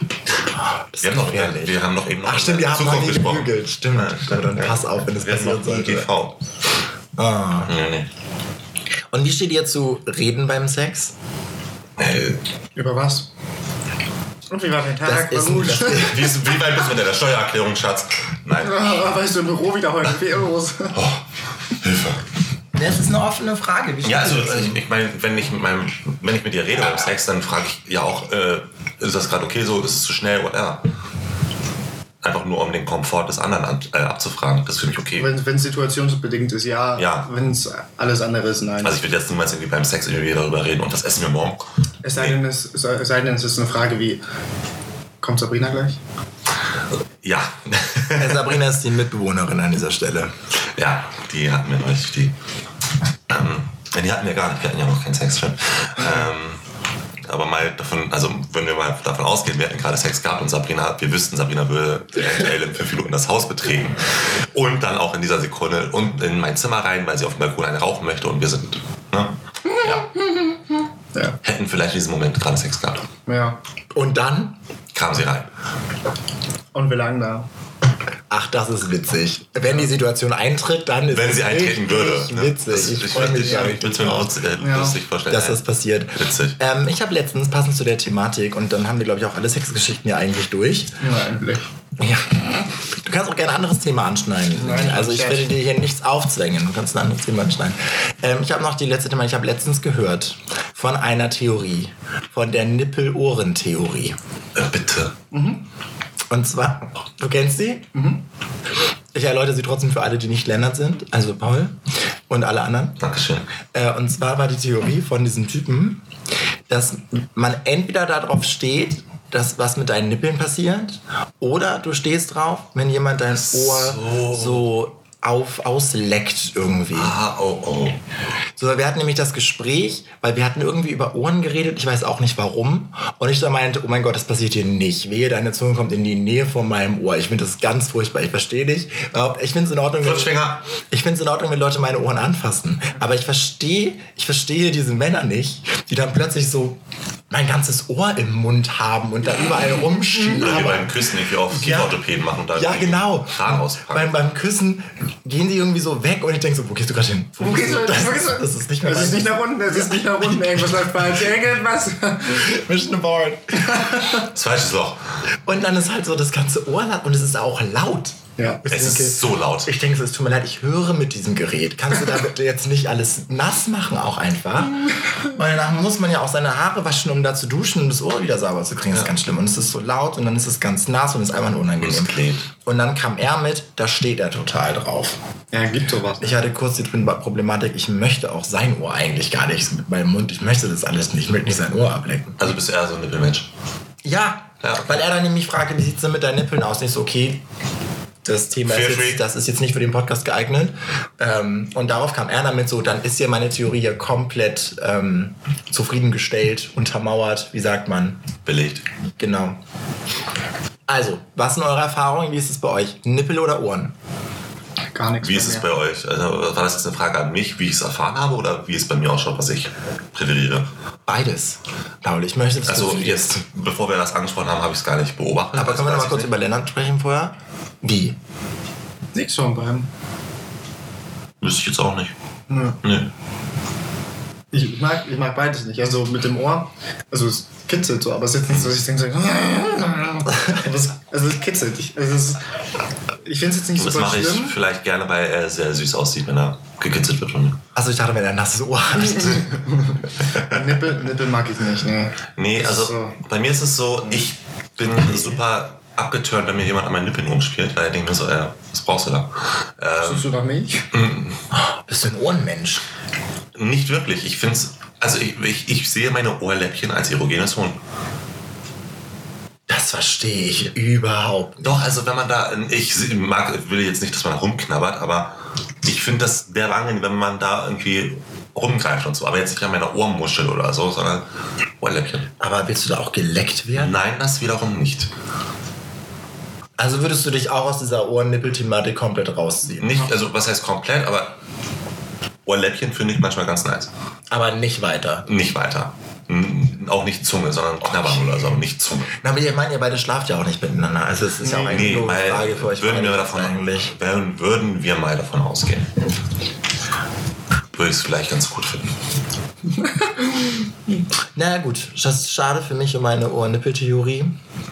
Speaker 1: Das
Speaker 2: Wir haben noch,
Speaker 1: gefährlich.
Speaker 2: wir haben noch eben noch
Speaker 1: Ach stimmt, wir
Speaker 2: über
Speaker 1: haben
Speaker 2: Zukunft
Speaker 1: noch nie
Speaker 2: gesprochen.
Speaker 1: gebügelt. Stimmt.
Speaker 2: Ja, stimmt.
Speaker 1: Dann
Speaker 2: Ja.
Speaker 1: pass auf, wenn es
Speaker 2: wir haben
Speaker 1: passieren
Speaker 2: noch E
Speaker 1: sollte.
Speaker 2: IGV.
Speaker 1: Ah.
Speaker 2: Nee, nee.
Speaker 1: Und wie steht ihr zu Reden beim Sex? Äh.
Speaker 2: Ey,
Speaker 3: Über was? Und wie war dein Tag?
Speaker 1: Das ist
Speaker 3: war gut. (laughs)
Speaker 1: ein- (laughs)
Speaker 2: Wie, ist- wie weit bist du mit der Steuererklärung, Schatz? Nein.
Speaker 3: Ah, Weißt du, im Büro wieder heute 4 Euros.
Speaker 2: Oh, Hilfe.
Speaker 1: Das ist eine offene Frage. Wie
Speaker 2: Ja, also
Speaker 1: steht ihr dazu?
Speaker 2: ich, ich meine, wenn ich mit meinem, wenn ich mit dir rede beim Sex, dann frage ich ja auch, äh, ist das gerade okay so, ist es zu schnell, whatever. Einfach nur um den Komfort des anderen ab, äh, abzufragen. Das ist für mich okay.
Speaker 3: Wenn es situationsbedingt ist, ja.
Speaker 2: Ja.
Speaker 3: Wenn es alles andere ist, nein.
Speaker 2: Also ich würde jetzt niemals irgendwie beim Sex irgendwie darüber reden und das essen wir morgen.
Speaker 3: es, sei denn, es, es sei denn, es ist eine Frage wie, kommt Sabrina gleich?
Speaker 2: Ja.
Speaker 1: Sabrina ist die Mitbewohnerin an dieser Stelle.
Speaker 2: ja, die hatten wir neulich, die. Ähm, ja, die hatten wir gar nicht, wir hatten ja noch keinen Sex schon. Ähm, aber mal davon, also wenn wir mal davon ausgehen, wir hätten gerade Sex gehabt und Sabrina, wir wüssten, Sabrina würde eventuell in fünf Minuten das Haus betreten und dann auch in dieser Sekunde und in mein Zimmer rein, weil sie auf dem Balkon einen rauchen möchte und wir sind, ne? ja,
Speaker 3: Ja.
Speaker 2: hätten vielleicht in diesem Moment gerade Sex gehabt.
Speaker 3: Ja.
Speaker 1: Und dann?
Speaker 2: Kam sie rein.
Speaker 3: Und wir lagen da.
Speaker 1: Ach, das ist witzig. Wenn die Situation eintritt, dann ist
Speaker 2: Wenn
Speaker 1: es
Speaker 2: sie eintreten
Speaker 1: richtig
Speaker 2: würde. ne?
Speaker 1: Witzig.
Speaker 2: Das-
Speaker 1: ich freue
Speaker 2: würd-
Speaker 1: mich ja
Speaker 2: Ich würde es mir
Speaker 1: richtig drauf,
Speaker 2: auch äh,
Speaker 3: Ja.
Speaker 2: lustig vorstellen.
Speaker 1: dass das passiert.
Speaker 2: Witzig.
Speaker 1: Ähm, ich habe letztens, passend zu der Thematik, und dann haben wir, glaube ich, auch alle Sexgeschichten ja eigentlich durch.
Speaker 3: Ja, endlich.
Speaker 1: Ja. Du kannst auch gerne ein anderes Thema anschneiden.
Speaker 3: Nein,
Speaker 1: also ich
Speaker 3: ich
Speaker 1: werde dir hier nichts aufzwängen. Du kannst ein anderes Thema anschneiden. Ähm, ich habe noch die letzte Thema. Ich habe letztens gehört von einer Theorie, von der Nippel-Ohren-Theorie.
Speaker 2: Äh, bitte.
Speaker 1: Und zwar, du kennst sie? Ich erläutere sie trotzdem für alle, die nicht Lennart sind, also Paul und alle anderen.
Speaker 2: Dankeschön.
Speaker 1: Äh, und zwar war die Theorie von diesem Typen, dass man entweder darauf steht, dass was mit deinen Nippeln passiert, oder du stehst drauf, wenn jemand dein Ohr so, auf, ausleckt irgendwie.
Speaker 2: Ah, oh, oh.
Speaker 1: So, wir hatten nämlich das Gespräch, weil wir hatten irgendwie über Ohren geredet, ich weiß auch nicht warum. Und ich da meinte, oh mein Gott, das passiert hier nicht. Wehe, deine Zunge kommt in die Nähe von meinem Ohr. Ich finde das ganz furchtbar, ich verstehe dich. Überhaupt, Ich finde es in Ordnung, wenn,
Speaker 2: Flutschfinger.
Speaker 1: ich find's in Ordnung, wenn Leute meine Ohren anfassen. Aber ich verstehe, ich verstehe diese Männer nicht, die dann plötzlich so mein ganzes Ohr im Mund haben und da überall
Speaker 2: Oder wie
Speaker 1: rumschlabbern.
Speaker 2: beim Küssen irgendwie auf
Speaker 1: Ja.
Speaker 2: Kieferorthopäden machen und da
Speaker 1: Ja,
Speaker 3: Also,
Speaker 2: irgendwie
Speaker 1: genau.
Speaker 2: Haaren auspacken.
Speaker 1: Beim, beim Küssen gehen die irgendwie so weg und ich denke so, wo gehst du gerade hin?
Speaker 3: Wo geht's denn?
Speaker 1: Das,
Speaker 3: Wo geht's denn?
Speaker 1: das ist nicht mehr
Speaker 3: Es ist
Speaker 1: mein-
Speaker 3: nicht nach unten, es ist nicht nach
Speaker 1: (laughs)
Speaker 3: unten. Irgendwas läuft falsch. Irgendwas.
Speaker 1: Mission aboard.
Speaker 2: Das falsche Loch.
Speaker 1: Und dann ist halt so das ganze Ohr laut und es ist auch laut.
Speaker 3: Ja.
Speaker 1: Ich
Speaker 2: Es
Speaker 1: denke-
Speaker 2: ist so laut.
Speaker 1: Ich denke, es tut mir leid, ich höre mit diesem Gerät. Kannst du da bitte jetzt nicht alles nass machen, auch einfach? Weil danach muss man ja auch seine Haare waschen, um da zu duschen und das Ohr wieder sauber zu kriegen. Das ist ganz schlimm. Und es ist so laut und dann ist es ganz nass und ist einfach nur unangenehm.
Speaker 2: Und es klebt.
Speaker 1: Und dann kam er mit, da steht er total drauf.
Speaker 3: Ja, gibt sowas.
Speaker 1: Ich hatte kurz die Problematik, ich möchte auch sein Ohr eigentlich gar nicht mit meinem Mund. Ich möchte das alles nicht. Ich möchte nicht sein Ohr ablecken.
Speaker 2: Also bist du eher so ein Nippelmensch.
Speaker 1: Ja,
Speaker 2: Ja, okay.
Speaker 1: weil er dann nämlich fragte, wie sieht es denn mit deinen Nippeln aus? Nicht so, okay, das Thema
Speaker 2: Feel
Speaker 1: ist
Speaker 2: free.
Speaker 1: jetzt, das ist jetzt nicht für den Podcast geeignet. Ähm, und darauf kam er damit so, dann ist hier meine Theorie ja komplett ähm, zufriedengestellt, untermauert, wie sagt man?
Speaker 2: Belegt.
Speaker 1: Genau. Also, was sind eure Erfahrungen? Wie ist es bei euch? Nippel oder Ohren?
Speaker 3: Gar nichts.
Speaker 2: Wie ist es
Speaker 3: mehr.
Speaker 2: bei euch? Also, war das jetzt eine Frage an mich, wie ich es erfahren habe oder wie es bei mir ausschaut, was ich präferiere?
Speaker 1: Beides. Paul, ich möchte das
Speaker 2: Also
Speaker 1: wissen.
Speaker 2: jetzt, bevor wir das angesprochen haben, habe ich es gar nicht beobachtet.
Speaker 1: Aber
Speaker 2: Also
Speaker 1: können wir noch mal
Speaker 2: weiß
Speaker 1: kurz
Speaker 2: ich
Speaker 1: über Lennart sprechen vorher? Wie?
Speaker 3: Nix schon beim.
Speaker 2: nicht. Wüsste ich jetzt auch nicht.
Speaker 1: Hm.
Speaker 3: Nö.
Speaker 2: Nee.
Speaker 3: Ich mag, ich mag beides nicht. Also mit dem Ohr, also es kitzelt so, aber es ist jetzt nicht so, dass ich denke, so, (laughs) aber es, also es kitzelt. Ich, also es, ist- ich finde es jetzt nicht
Speaker 2: Das
Speaker 3: super
Speaker 2: mache ich
Speaker 3: schlimm.
Speaker 2: vielleicht gerne, weil er sehr süß aussieht, wenn er gekitzelt wird von mir.
Speaker 1: Also ich dachte, wenn er ein nasses Ohr hat.
Speaker 3: Nippel, Nippel mag ich nicht, ne.
Speaker 2: Nee,
Speaker 3: Das ist
Speaker 2: also
Speaker 3: so. Mhm.
Speaker 2: bei mir ist es so, ich bin super abgeturnt, wenn mir jemand an meinen Nippeln rumspielt, weil ich denke mir so, äh, was brauchst du da? Ähm,
Speaker 3: Suchst du nach Milch?
Speaker 1: (laughs) Bist du ein Ohrenmensch?
Speaker 2: nicht wirklich. Ich finde es, also ich, ich, ich sehe meine Ohrläppchen als erogenes Horn.
Speaker 1: Das verstehe ich überhaupt
Speaker 2: Doch, also wenn man da, ich mag, will jetzt nicht, dass man da rumknabbert, aber ich finde das sehr angenehm, wenn man da irgendwie rumgreift und so. Aber jetzt nicht an meiner Ohrmuschel oder so, sondern Ohrläppchen.
Speaker 1: Aber willst du da auch geleckt werden?
Speaker 2: Nein, das wiederum nicht.
Speaker 1: Also würdest du dich auch aus dieser Ohrennippel-Thematik komplett rausziehen?
Speaker 2: Nicht, also was heißt komplett, aber Ohrläppchen finde ich manchmal ganz nice.
Speaker 1: Aber nicht weiter.
Speaker 2: Nicht weiter. N- Auch nicht Zunge, sondern Knabbern oder so, nicht Zunge.
Speaker 1: Na, aber ihr meint, ihr beide schlaft ja auch nicht miteinander. Also es ist ja auch eigentlich
Speaker 2: Nee,
Speaker 1: nur eine
Speaker 2: weil
Speaker 1: Frage für euch.
Speaker 2: würden
Speaker 1: beide
Speaker 2: wir davon
Speaker 1: eigentlich.
Speaker 2: Würden, würden wir mal davon ausgehen. Würde ich es vielleicht ganz gut finden.
Speaker 1: Na gut, das ist schade für mich und meine Ohrennippel-Theorie.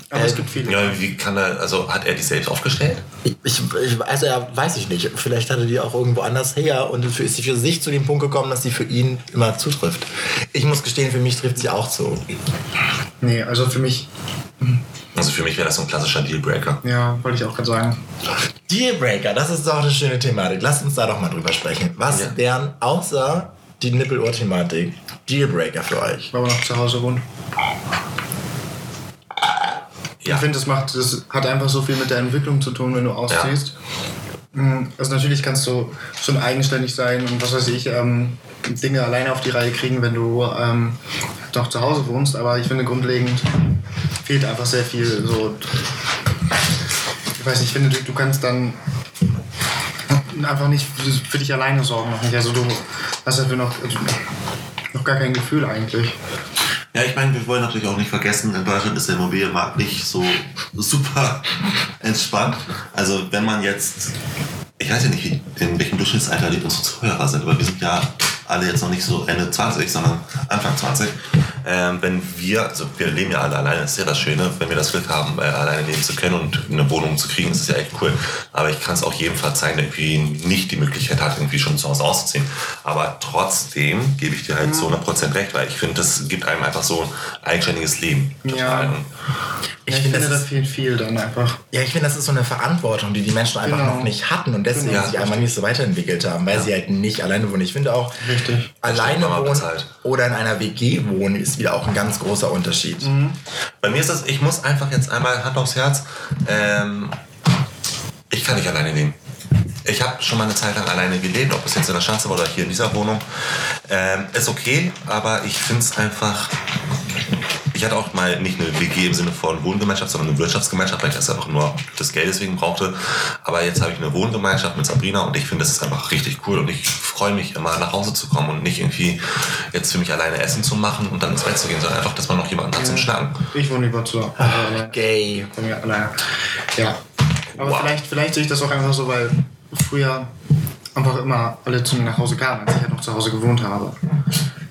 Speaker 3: Aber
Speaker 1: Äh,
Speaker 3: es gibt viele.
Speaker 2: Ja, wie kann er, also hat er die selbst aufgestellt?
Speaker 1: Ich, ich, also ja, weiß ich nicht. Vielleicht hatte die auch irgendwo anders her und für, ist sie für sich zu dem Punkt gekommen, dass sie für ihn immer zutrifft. Ich muss gestehen, für mich trifft sie auch zu.
Speaker 3: Nee, also für mich,
Speaker 2: Also für mich wäre das so ein klassischer Dealbreaker.
Speaker 3: ja, wollte ich auch gerade sagen.
Speaker 1: Dealbreaker, das ist doch eine schöne Thematik. Lass uns da doch mal drüber sprechen. Was
Speaker 2: Ja.
Speaker 1: wären außer die Nippelohr-Thematik Dealbreaker für euch?
Speaker 3: Weil man noch zu Hause wohnt.
Speaker 2: Ja.
Speaker 3: Ich finde, das macht, das hat einfach so viel mit der Entwicklung zu tun, wenn du ausziehst. Mm, Also natürlich kannst du schon eigenständig sein und was weiß ich, ähm, Dinge alleine auf die Reihe kriegen, wenn du ähm, noch zu Hause wohnst, aber ich finde grundlegend fehlt einfach sehr viel so. Ich weiß nicht, ich finde, du, du kannst dann einfach nicht für- für dich alleine sorgen noch nicht. Also du hast dafür noch, also noch gar kein Gefühl eigentlich.
Speaker 2: Ja, ich meine, wir wollen natürlich auch nicht vergessen, in Deutschland ist der Immobilienmarkt nicht so super (laughs) entspannt. Also wenn man jetzt, ich weiß ja nicht, wie- in welchem Durchschnittsalter die unsere Zuhörer sind, aber wir sind ja alle jetzt noch nicht so Ende 20, sondern Anfang 20. Ähm, wenn wir, also wir leben ja alle alleine, ist ja das Schöne, wenn wir das Glück haben, äh, alleine leben zu können und eine Wohnung zu kriegen, ist es ja echt cool. Aber ich kann es auch jedem verzeihen, der irgendwie nicht die Möglichkeit hat, irgendwie schon zu Hause auszuziehen. Aber trotzdem gebe ich dir halt zu 100% recht, weil ich finde, das gibt einem einfach so ein eigenständiges Leben.
Speaker 3: Ja.
Speaker 2: Und
Speaker 3: Ich,
Speaker 1: Ich finde,
Speaker 3: finde,
Speaker 1: das
Speaker 3: da
Speaker 1: ist-
Speaker 3: fehlt viel dann einfach.
Speaker 1: Ja, ich finde, das ist so eine Verantwortung, die die Menschen einfach
Speaker 3: Genau.
Speaker 1: noch nicht hatten und deswegen
Speaker 2: Genau.
Speaker 1: sich einfach nicht so weiterentwickelt haben, weil sie halt nicht alleine wohnen. Ich finde auch,
Speaker 3: Richtig.
Speaker 1: alleine
Speaker 2: Mama
Speaker 1: wohnen
Speaker 2: bezahlt.
Speaker 1: oder in einer WG wohnen ist wieder auch ein ganz großer Unterschied.
Speaker 3: Mhm.
Speaker 2: Bei mir ist das, ich muss einfach jetzt einmal Hand aufs Herz. Ähm, ich kann nicht alleine leben. Ich habe schon mal eine Zeit lang alleine gelebt, ob es jetzt in der Schanze war oder hier in dieser Wohnung. Ähm, ist okay, aber ich finde es einfach. Ich hatte auch mal nicht eine WG im Sinne von Wohngemeinschaft, sondern eine Wirtschaftsgemeinschaft, weil ich das einfach nur das Geld deswegen brauchte. Aber jetzt habe ich eine Wohngemeinschaft mit Sabrina und ich finde, das ist einfach richtig cool. Und ich freue mich immer, nach Hause zu kommen und nicht irgendwie jetzt für mich alleine Essen zu machen und dann ins Bett zu gehen, sondern einfach, dass man noch jemanden hat zum Schnacken.
Speaker 3: Ich wohne lieber zu Hause. alleine.
Speaker 1: Gay.
Speaker 3: Bei mir alleine. Ja. Aber
Speaker 2: Wow.
Speaker 3: vielleicht, vielleicht sehe ich das auch einfach so, weil früher einfach immer alle zu mir nach Hause kamen, als ich halt noch zu Hause gewohnt habe.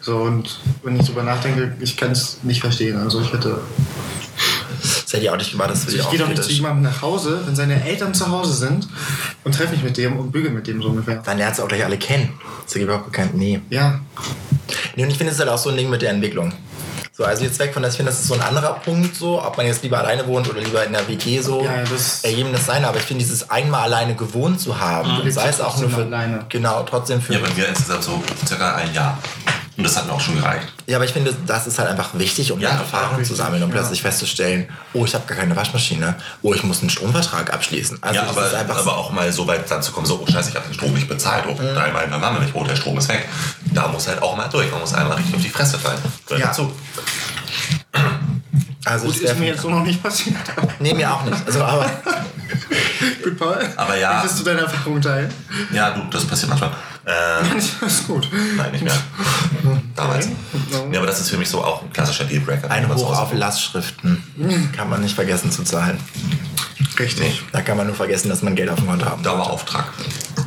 Speaker 3: So, und wenn ich drüber nachdenke, ich kann es nicht verstehen. Also ich hätte.
Speaker 1: Das Das hätte ich auch nicht gemacht, das
Speaker 3: Also
Speaker 1: würde ich
Speaker 3: ich
Speaker 1: auch
Speaker 3: gehe doch nicht zu
Speaker 1: kritisch.
Speaker 3: jemandem nach Hause, wenn seine Eltern zu Hause sind und treffe mich mit dem und bügel mit dem so ungefähr.
Speaker 1: Dann lernst du auch gleich alle kennen. Das ist überhaupt bekannt. Nee.
Speaker 3: Ja,
Speaker 1: Nee, und ich finde, es ist halt auch so ein Ding mit der Entwicklung. So, also jetzt weg von das, ich finde, das ist so ein anderer Punkt, so, ob man jetzt lieber alleine wohnt oder lieber in der WG so,
Speaker 3: Ja, ja, das-
Speaker 1: ergeben das sein, aber ich finde, dieses einmal alleine gewohnt zu haben,
Speaker 3: lebst
Speaker 1: sei es
Speaker 3: ja
Speaker 1: auch nur für,
Speaker 3: trotzdem alleine.
Speaker 1: genau, trotzdem für,
Speaker 2: Ja, bei mir ist es halt so circa ein Jahr. Und das hat mir auch schon gereicht.
Speaker 1: Ja, aber ich finde, das ist halt einfach wichtig, um
Speaker 2: Ja,
Speaker 1: ja, Erfahrungen zu
Speaker 3: richtig,
Speaker 1: sammeln und
Speaker 3: ja.
Speaker 1: plötzlich festzustellen, oh, ich habe gar keine Waschmaschine, oh, ich muss einen Stromvertrag abschließen. Also
Speaker 2: Ja,
Speaker 1: das
Speaker 2: aber,
Speaker 1: ist einfach Mhm.
Speaker 2: aber auch mal so weit dann zu kommen, so, oh scheiße, ich habe den Strom nicht bezahlt, oh, dreimal mein Mama nicht, oh, der Strom ist weg. Da muss halt auch mal durch, man muss einmal richtig auf die Fresse fallen. Gehört
Speaker 1: Ja.
Speaker 2: dazu.
Speaker 1: also
Speaker 3: gut,
Speaker 1: es
Speaker 3: ist
Speaker 1: wär-
Speaker 3: mir jetzt so noch nicht passiert.
Speaker 1: (laughs) Nee, mir auch nicht. Also, aber
Speaker 3: gut, Paul.
Speaker 2: Aber ja.
Speaker 3: Möchtest du deine Erfahrung teilen?
Speaker 2: Ja, du, das passiert manchmal. Äh,
Speaker 1: (laughs)
Speaker 3: Das ist gut.
Speaker 2: nein, nicht mehr. Damals.
Speaker 3: Okay.
Speaker 2: Ja, aber das ist für mich so auch ein klassischer Dealbreaker.
Speaker 1: ein
Speaker 2: Was
Speaker 1: Hoch
Speaker 2: auch-
Speaker 1: auf Lastschriften kann man nicht vergessen zu zahlen.
Speaker 3: Richtig.
Speaker 1: Da kann man nur vergessen, dass man Geld auf dem Konto haben sollte.
Speaker 2: Dauerauftrag.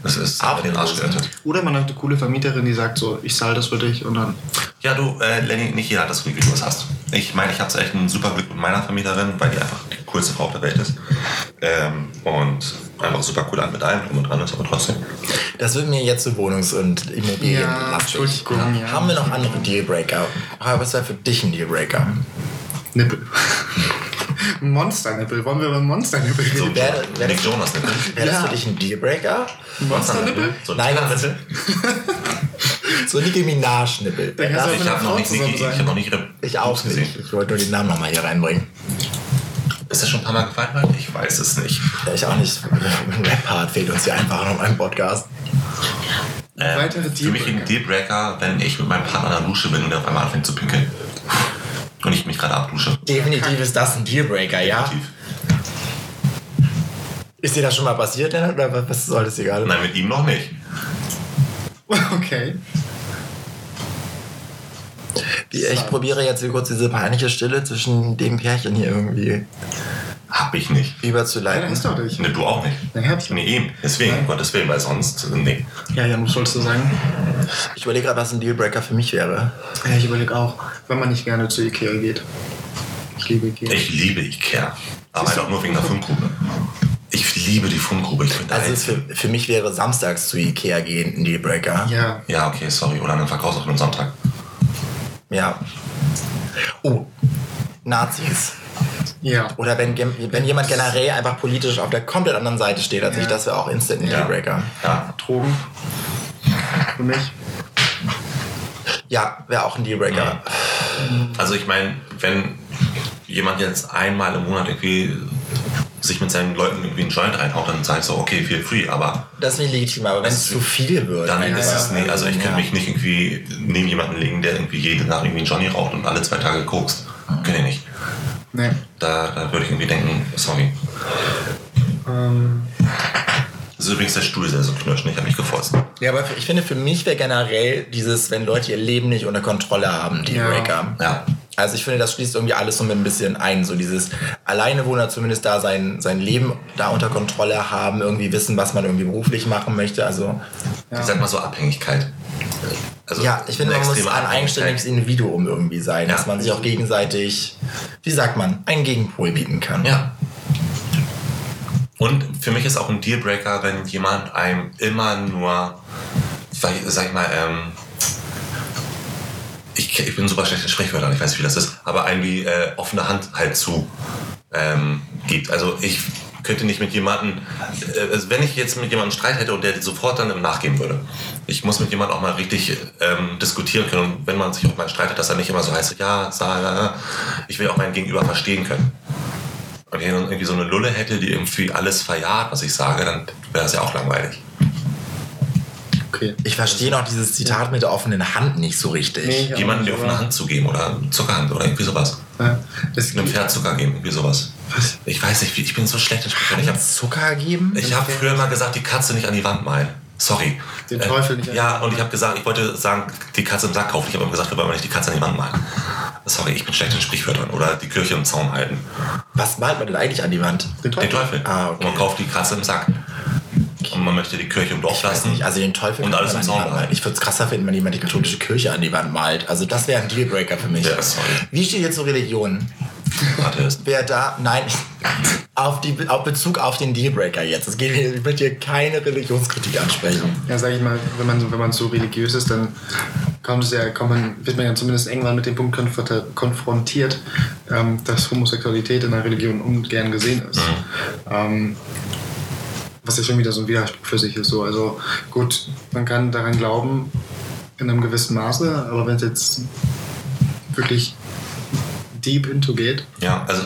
Speaker 2: Das ist
Speaker 1: Auch
Speaker 2: aber den Arsch gerettet.
Speaker 3: Oder man hat eine coole Vermieterin, die sagt so, ich zahle das für dich und dann.
Speaker 2: Ja, du, äh, Lenny, nicht jeder hat das Glück, wie du es hast. Ich meine, ich hatte echt einen super Glück mit meiner Vermieterin, weil die einfach die coolste Frau auf der Welt ist. Ähm, und einfach super cool an mit allem drum und dran ist, aber trotzdem.
Speaker 1: Das wird mir jetzt zu Wohnungs- und Immobilien
Speaker 3: Ja, Entschuldigung, ja.
Speaker 1: Haben wir noch andere Dealbreaker? Aber was wäre für dich ein Dealbreaker?
Speaker 3: Nippel. (laughs) Monsternippel. Wollen wir über Monsternippel reden?
Speaker 2: So,
Speaker 1: Wer- wer-
Speaker 2: Nick Jonas, ne?
Speaker 1: Wäre das
Speaker 3: Ja.
Speaker 1: für dich ein Dealbreaker?
Speaker 3: Monsternippel?
Speaker 2: So ein
Speaker 1: Nein,
Speaker 2: kleiner
Speaker 1: das-
Speaker 2: Nippel.
Speaker 1: So Nicki Minaj-Nippel.
Speaker 3: Da kannst du auch mit
Speaker 2: Ich
Speaker 3: einer
Speaker 2: habe noch
Speaker 3: Frau
Speaker 2: nicht,
Speaker 3: zusammen
Speaker 2: Niki- ich
Speaker 3: sein.
Speaker 2: hab noch nicht ihre-
Speaker 1: Ich auch nicht. Ich wollte nur den Namen nochmal hier reinbringen.
Speaker 2: Ist das schon ein paar Mal gefallen? Leute? Ich weiß es nicht.
Speaker 1: Ja, ich auch nicht. (laughs) Ein Rap-Part fehlt uns hier einfach noch meinem Podcast.
Speaker 2: Ähm,
Speaker 3: Weitere
Speaker 2: für mich ein Dealbreaker, wenn ich mit meinem Partner in der Dusche bin und er auf einmal anfängt zu pinkeln. Und ich mich gerade abdusche.
Speaker 1: Definitiv ist das ein Dealbreaker, ja?
Speaker 2: Definitiv.
Speaker 1: Ist dir das schon mal passiert, Lennart? Oder was- was soll das hier gerade?
Speaker 2: Nein, mit ihm noch nicht.
Speaker 3: (laughs) Okay.
Speaker 1: Ich ich probiere jetzt hier kurz diese peinliche Stille zwischen dem Pärchen hier irgendwie
Speaker 2: Hab ich nicht.
Speaker 3: Ja, da
Speaker 1: überzuleiten.
Speaker 3: ist doch dich.
Speaker 2: Ne, du auch nicht.
Speaker 3: Nein, hab ich
Speaker 2: Nee, eben. Deswegen,
Speaker 3: Nein.
Speaker 2: um Gottes Willen, weil sonst. Nee.
Speaker 3: Ja, Jan, was sollst du sagen?
Speaker 1: Ich überlege gerade, was ein Dealbreaker für mich wäre.
Speaker 3: Ja, ich überlege auch, wenn man nicht gerne zu Ikea geht. Ich liebe Ikea.
Speaker 2: Ich liebe Ikea. Aber halt auch nur wegen der Fundgrube. Ich liebe die Fundgrube. Ich bin da
Speaker 1: Also
Speaker 2: jetzt-
Speaker 1: für, für mich wäre samstags zu Ikea gehen ein Dealbreaker.
Speaker 3: Ja.
Speaker 2: Ja, okay, sorry. Oder einen Verkaufsort am Sonntag.
Speaker 1: Ja. Oh, Nazis.
Speaker 3: Ja.
Speaker 1: Oder wenn, gem- wenn jemand generell einfach politisch auf der komplett anderen Seite steht als
Speaker 3: Ja.
Speaker 1: ich, das wäre auch instant ein
Speaker 2: Ja.
Speaker 1: Dealbreaker.
Speaker 2: Ja.
Speaker 3: Drogen. Für mich.
Speaker 1: Ja, wäre auch ein Dealbreaker.
Speaker 2: Also ich meine, wenn jemand jetzt einmal im Monat irgendwie sich mit seinen Leuten irgendwie einen Joint reinhaut, dann sage ich so, okay, feel free, aber
Speaker 1: Das ist nicht legitim, aber wenn es zu viel wird.
Speaker 2: dann
Speaker 1: ja,
Speaker 2: ist es
Speaker 1: ja.
Speaker 2: nicht, also ich
Speaker 1: Ja.
Speaker 2: könnte mich nicht irgendwie neben jemanden legen, der irgendwie jede Nacht irgendwie einen Johnny raucht und alle zwei Tage kokst.
Speaker 1: Mhm.
Speaker 2: Könnte ich nicht.
Speaker 3: Nee.
Speaker 2: Da, da würde ich irgendwie denken, sorry.
Speaker 3: Ähm,
Speaker 2: Das ist übrigens der Stuhl, der so knirscht, ne? ich habe mich gefotzt.
Speaker 1: Ja, aber ich finde, für mich wäre generell dieses, wenn Leute ihr Leben nicht unter Kontrolle haben, Dealbreaker.
Speaker 2: Ja.
Speaker 1: Also ich finde, das schließt irgendwie alles so ein bisschen ein. So dieses Alleinewohner zumindest da sein, sein Leben da unter Kontrolle haben, irgendwie wissen, was man irgendwie beruflich machen möchte. Also
Speaker 2: Ich sag mal so Abhängigkeit. Also
Speaker 1: ja, ich finde,
Speaker 2: eine
Speaker 1: man muss
Speaker 2: extreme
Speaker 1: ein
Speaker 2: Abhängigkeit.
Speaker 1: eigenständiges Individuum irgendwie sein,
Speaker 2: Ja.
Speaker 1: dass man sich auch gegenseitig, wie sagt man, einen Gegenpol bieten kann.
Speaker 2: Ja. Und für mich ist auch ein Dealbreaker, wenn jemand einem immer nur, sag ich- sag ich mal, ähm, ich, ich bin super schlecht in Sprichwörtern, ich weiß nicht, wie das ist, aber einem die äh, offene Hand halt zu ähm, gibt. Also ich könnte nicht mit jemandem, äh, also wenn ich jetzt mit jemandem Streit hätte und der sofort dann nachgeben würde. Ich muss mit jemandem auch mal richtig ähm, diskutieren können. Und wenn man sich auch mal streitet, dass er nicht immer so heißt, ja, sa, la, la. ich will auch meinen Gegenüber verstehen können. Und wenn ich dann irgendwie so eine Lulle hätte, die irgendwie alles verjagt, was ich sage, dann wäre das ja auch langweilig.
Speaker 3: okay.
Speaker 1: Ich verstehe noch dieses Zitat mit der offenen Hand nicht so richtig.
Speaker 3: Nee, ja,
Speaker 2: Jemandem die
Speaker 3: aber-
Speaker 2: offene Hand zu geben oder Zuckerhand oder irgendwie sowas.
Speaker 3: Ja. Äh, Es
Speaker 2: Einem
Speaker 3: gibt,
Speaker 2: Pferd Zucker geben, irgendwie sowas.
Speaker 3: Was?
Speaker 2: Ich weiß nicht, wie- ich bin so schlecht in Sprache. Ich
Speaker 1: Ich
Speaker 2: habe
Speaker 1: habe Zucker geben.
Speaker 2: ich hab
Speaker 3: Pferd?
Speaker 2: früher mal gesagt, die Katze nicht an die Wand malen. Sorry.
Speaker 3: Den Teufel nicht an die
Speaker 2: Ja,
Speaker 3: Wand
Speaker 2: und ich habe gesagt, ich wollte sagen, die Katze im Sack kaufen. Ich habe immer gesagt, wir wollen nicht die Katze an die Wand malen. Sorry, ich bin schlecht in Sprichwörtern. Oder die Kirche im Zaun halten.
Speaker 1: Was malt man denn eigentlich an die Wand?
Speaker 3: den Teufel.
Speaker 2: Den Teufel.
Speaker 1: Ah, okay.
Speaker 2: Und man kauft die Katze im Sack. Und man möchte die Kirche im Dorf
Speaker 1: Weiß
Speaker 2: lassen.
Speaker 1: nicht, also den Teufel
Speaker 2: Und
Speaker 1: kann
Speaker 2: alles im
Speaker 1: man an die
Speaker 2: Zaun
Speaker 1: Wand malen.
Speaker 2: behalten.
Speaker 1: Ich würde es krasser finden, wenn jemand die katholische Kirche an die Wand malt. Also das wäre ein Dealbreaker für mich.
Speaker 2: Ja, sorry.
Speaker 1: Wie steht ihr zu Religion?
Speaker 2: Hatte ist.
Speaker 1: Wer da, nein, (laughs) auf, die, auf Bezug auf den Dealbreaker jetzt. Es geht, hier- ich möchte hier keine Religionskritik ansprechen.
Speaker 3: Ja, sag ich mal, wenn man, wenn man so religiös ist, dann kommt es ja, kommt man, wird man ja zumindest irgendwann mit dem Punkt konfronta- konfrontiert, ähm, dass Homosexualität in der Religion ungern gesehen ist. Ähm, was ja schon wieder so ein Widerspruch für sich ist. So. Also gut, man kann daran glauben, in einem gewissen Maße, aber wenn es jetzt wirklich deep into geht,
Speaker 2: Ja, also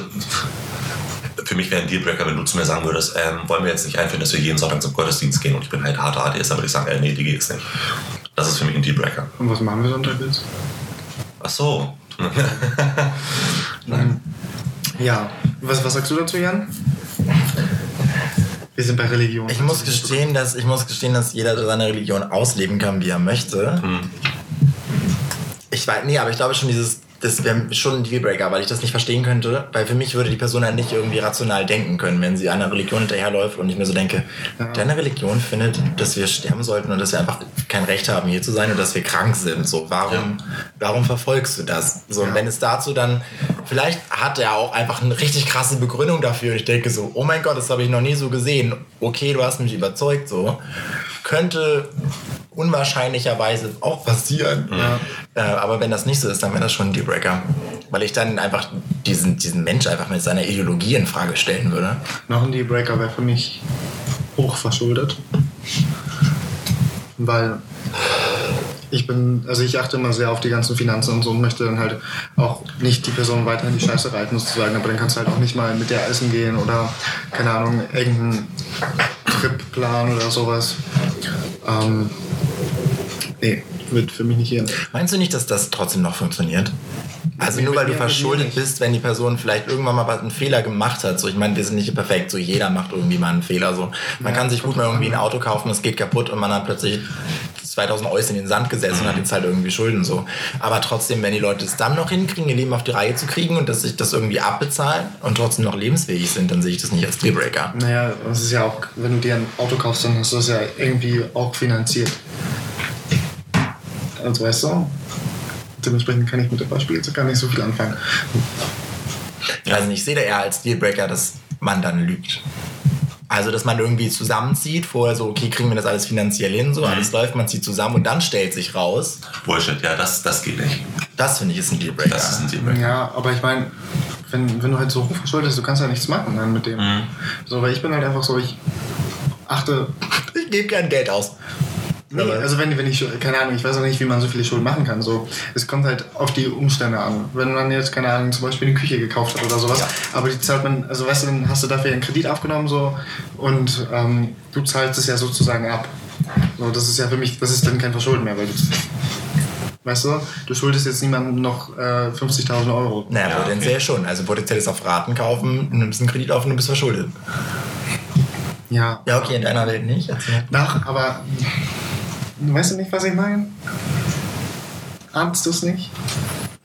Speaker 2: (laughs) für mich wäre ein Dealbreaker, wenn du zu mir sagen würdest, ähm, wollen wir jetzt nicht einführen, dass wir jeden Sonntag zum Gottesdienst gehen und ich bin halt harter ADS, dann würde ich sagen, äh, nee, die geht's nicht. Das ist für mich ein Dealbreaker.
Speaker 3: und was machen wir Sonntag jetzt?
Speaker 2: Ach so. (laughs)
Speaker 3: Ja. Was, was sagst du dazu, Jan? Wir sind bei Religion.
Speaker 1: Ich muss gestehen, dass, ich muss gestehen, dass jeder seine Religion ausleben kann, wie er möchte. Ich weiß, nee, aber ich glaube schon, dieses, das wäre schon ein Dealbreaker, weil ich das nicht verstehen könnte, weil für mich würde die Person halt nicht irgendwie rational denken können, wenn sie einer Religion hinterherläuft und ich mir so denke, deine Religion findet, dass wir sterben sollten und dass wir einfach kein Recht haben, hier zu sein und dass wir krank sind. So, warum, warum verfolgst du das? So, und wenn es dazu dann, vielleicht hat er auch einfach eine richtig krasse Begründung dafür. Ich denke so, oh mein Gott, das habe ich noch nie so gesehen. Okay, du hast mich überzeugt, so. Könnte unwahrscheinlicherweise auch passieren. Äh, aber wenn das nicht so ist, dann wäre das schon ein Dealbreaker. Weil ich dann einfach diesen, diesen Mensch einfach mit seiner Ideologie in Frage stellen würde.
Speaker 3: Noch ein Dealbreaker wäre für mich hochverschuldet. Weil ich bin, also ich achte immer sehr auf die ganzen Finanzen und so und möchte dann halt auch nicht die Person weiter in die Scheiße reiten, sozusagen. Aber dann kannst du halt auch nicht mal mit der essen gehen oder, keine Ahnung, irgendeinen Trip planen oder sowas. Ähm, nee, wird für mich nicht hier.
Speaker 1: Meinst du nicht, dass das trotzdem noch funktioniert? Also
Speaker 3: Nee,
Speaker 1: nur
Speaker 3: mit
Speaker 1: weil du
Speaker 3: mir- mit mir
Speaker 1: verschuldet
Speaker 3: nicht.
Speaker 1: bist, wenn die Person vielleicht irgendwann mal was- einen Fehler gemacht hat. So, ich meine, wir sind nicht perfekt. So jeder macht irgendwie mal einen Fehler. So, man kann sich gut mal irgendwie ein Auto kaufen, es geht kaputt und man hat plötzlich 2000 Euro in den Sand gesetzt und hat jetzt halt irgendwie Schulden so. Aber trotzdem, wenn die Leute es dann noch hinkriegen, ihr Leben auf die Reihe zu kriegen und dass sich das irgendwie abbezahlen und trotzdem noch lebensfähig sind, dann sehe ich das nicht als Dealbreaker.
Speaker 3: Naja, das ist ja auch, wenn du dir ein Auto kaufst, dann hast du das ja irgendwie auch finanziert. Also weißt du, dementsprechend kann ich mit dem Beispiel jetzt gar nicht so viel anfangen.
Speaker 1: Also ich sehe da eher als Dealbreaker, dass man dann lügt. Also, dass man irgendwie zusammenzieht, vorher so, okay, kriegen wir das alles finanziell hin, so, alles läuft, man zieht zusammen und dann stellt sich raus.
Speaker 2: Bullshit, ja, das, das geht nicht.
Speaker 1: Das finde ich ist ein Dealbreaker.
Speaker 2: Das ist ein Dealbreaker.
Speaker 3: Ja, aber ich meine, wenn, wenn du halt so hochverschuldet bist, du kannst ja nichts machen dann mit dem. So, weil ich bin halt einfach so, ich achte
Speaker 1: ich gebe kein Geld aus.
Speaker 3: Nee, also wenn, wenn ich, keine Ahnung, ich weiß auch nicht, wie man so viele Schulden machen kann. So, es kommt halt auf die Umstände an. Wenn man jetzt, keine Ahnung, zum Beispiel eine Küche gekauft hat oder sowas, aber die zahlt man, also weißt du, dann hast du dafür einen Kredit aufgenommen so und ähm, du zahlst es ja sozusagen ab. So, das ist ja für mich, das ist dann kein Verschulden mehr, weil du, weißt du, du schuldest jetzt niemandem noch äh, 50.000 Euro.
Speaker 1: Naja,
Speaker 2: Ja,
Speaker 1: potenziell schon. Also potenziell ist auf Raten kaufen, du nimmst einen Kredit auf und du bist verschuldet.
Speaker 3: Ja.
Speaker 1: Ja, okay, in deiner Welt nicht. Erzähl.
Speaker 3: Nach, aber, weißt du nicht, was ich meine? Ahnst du es nicht?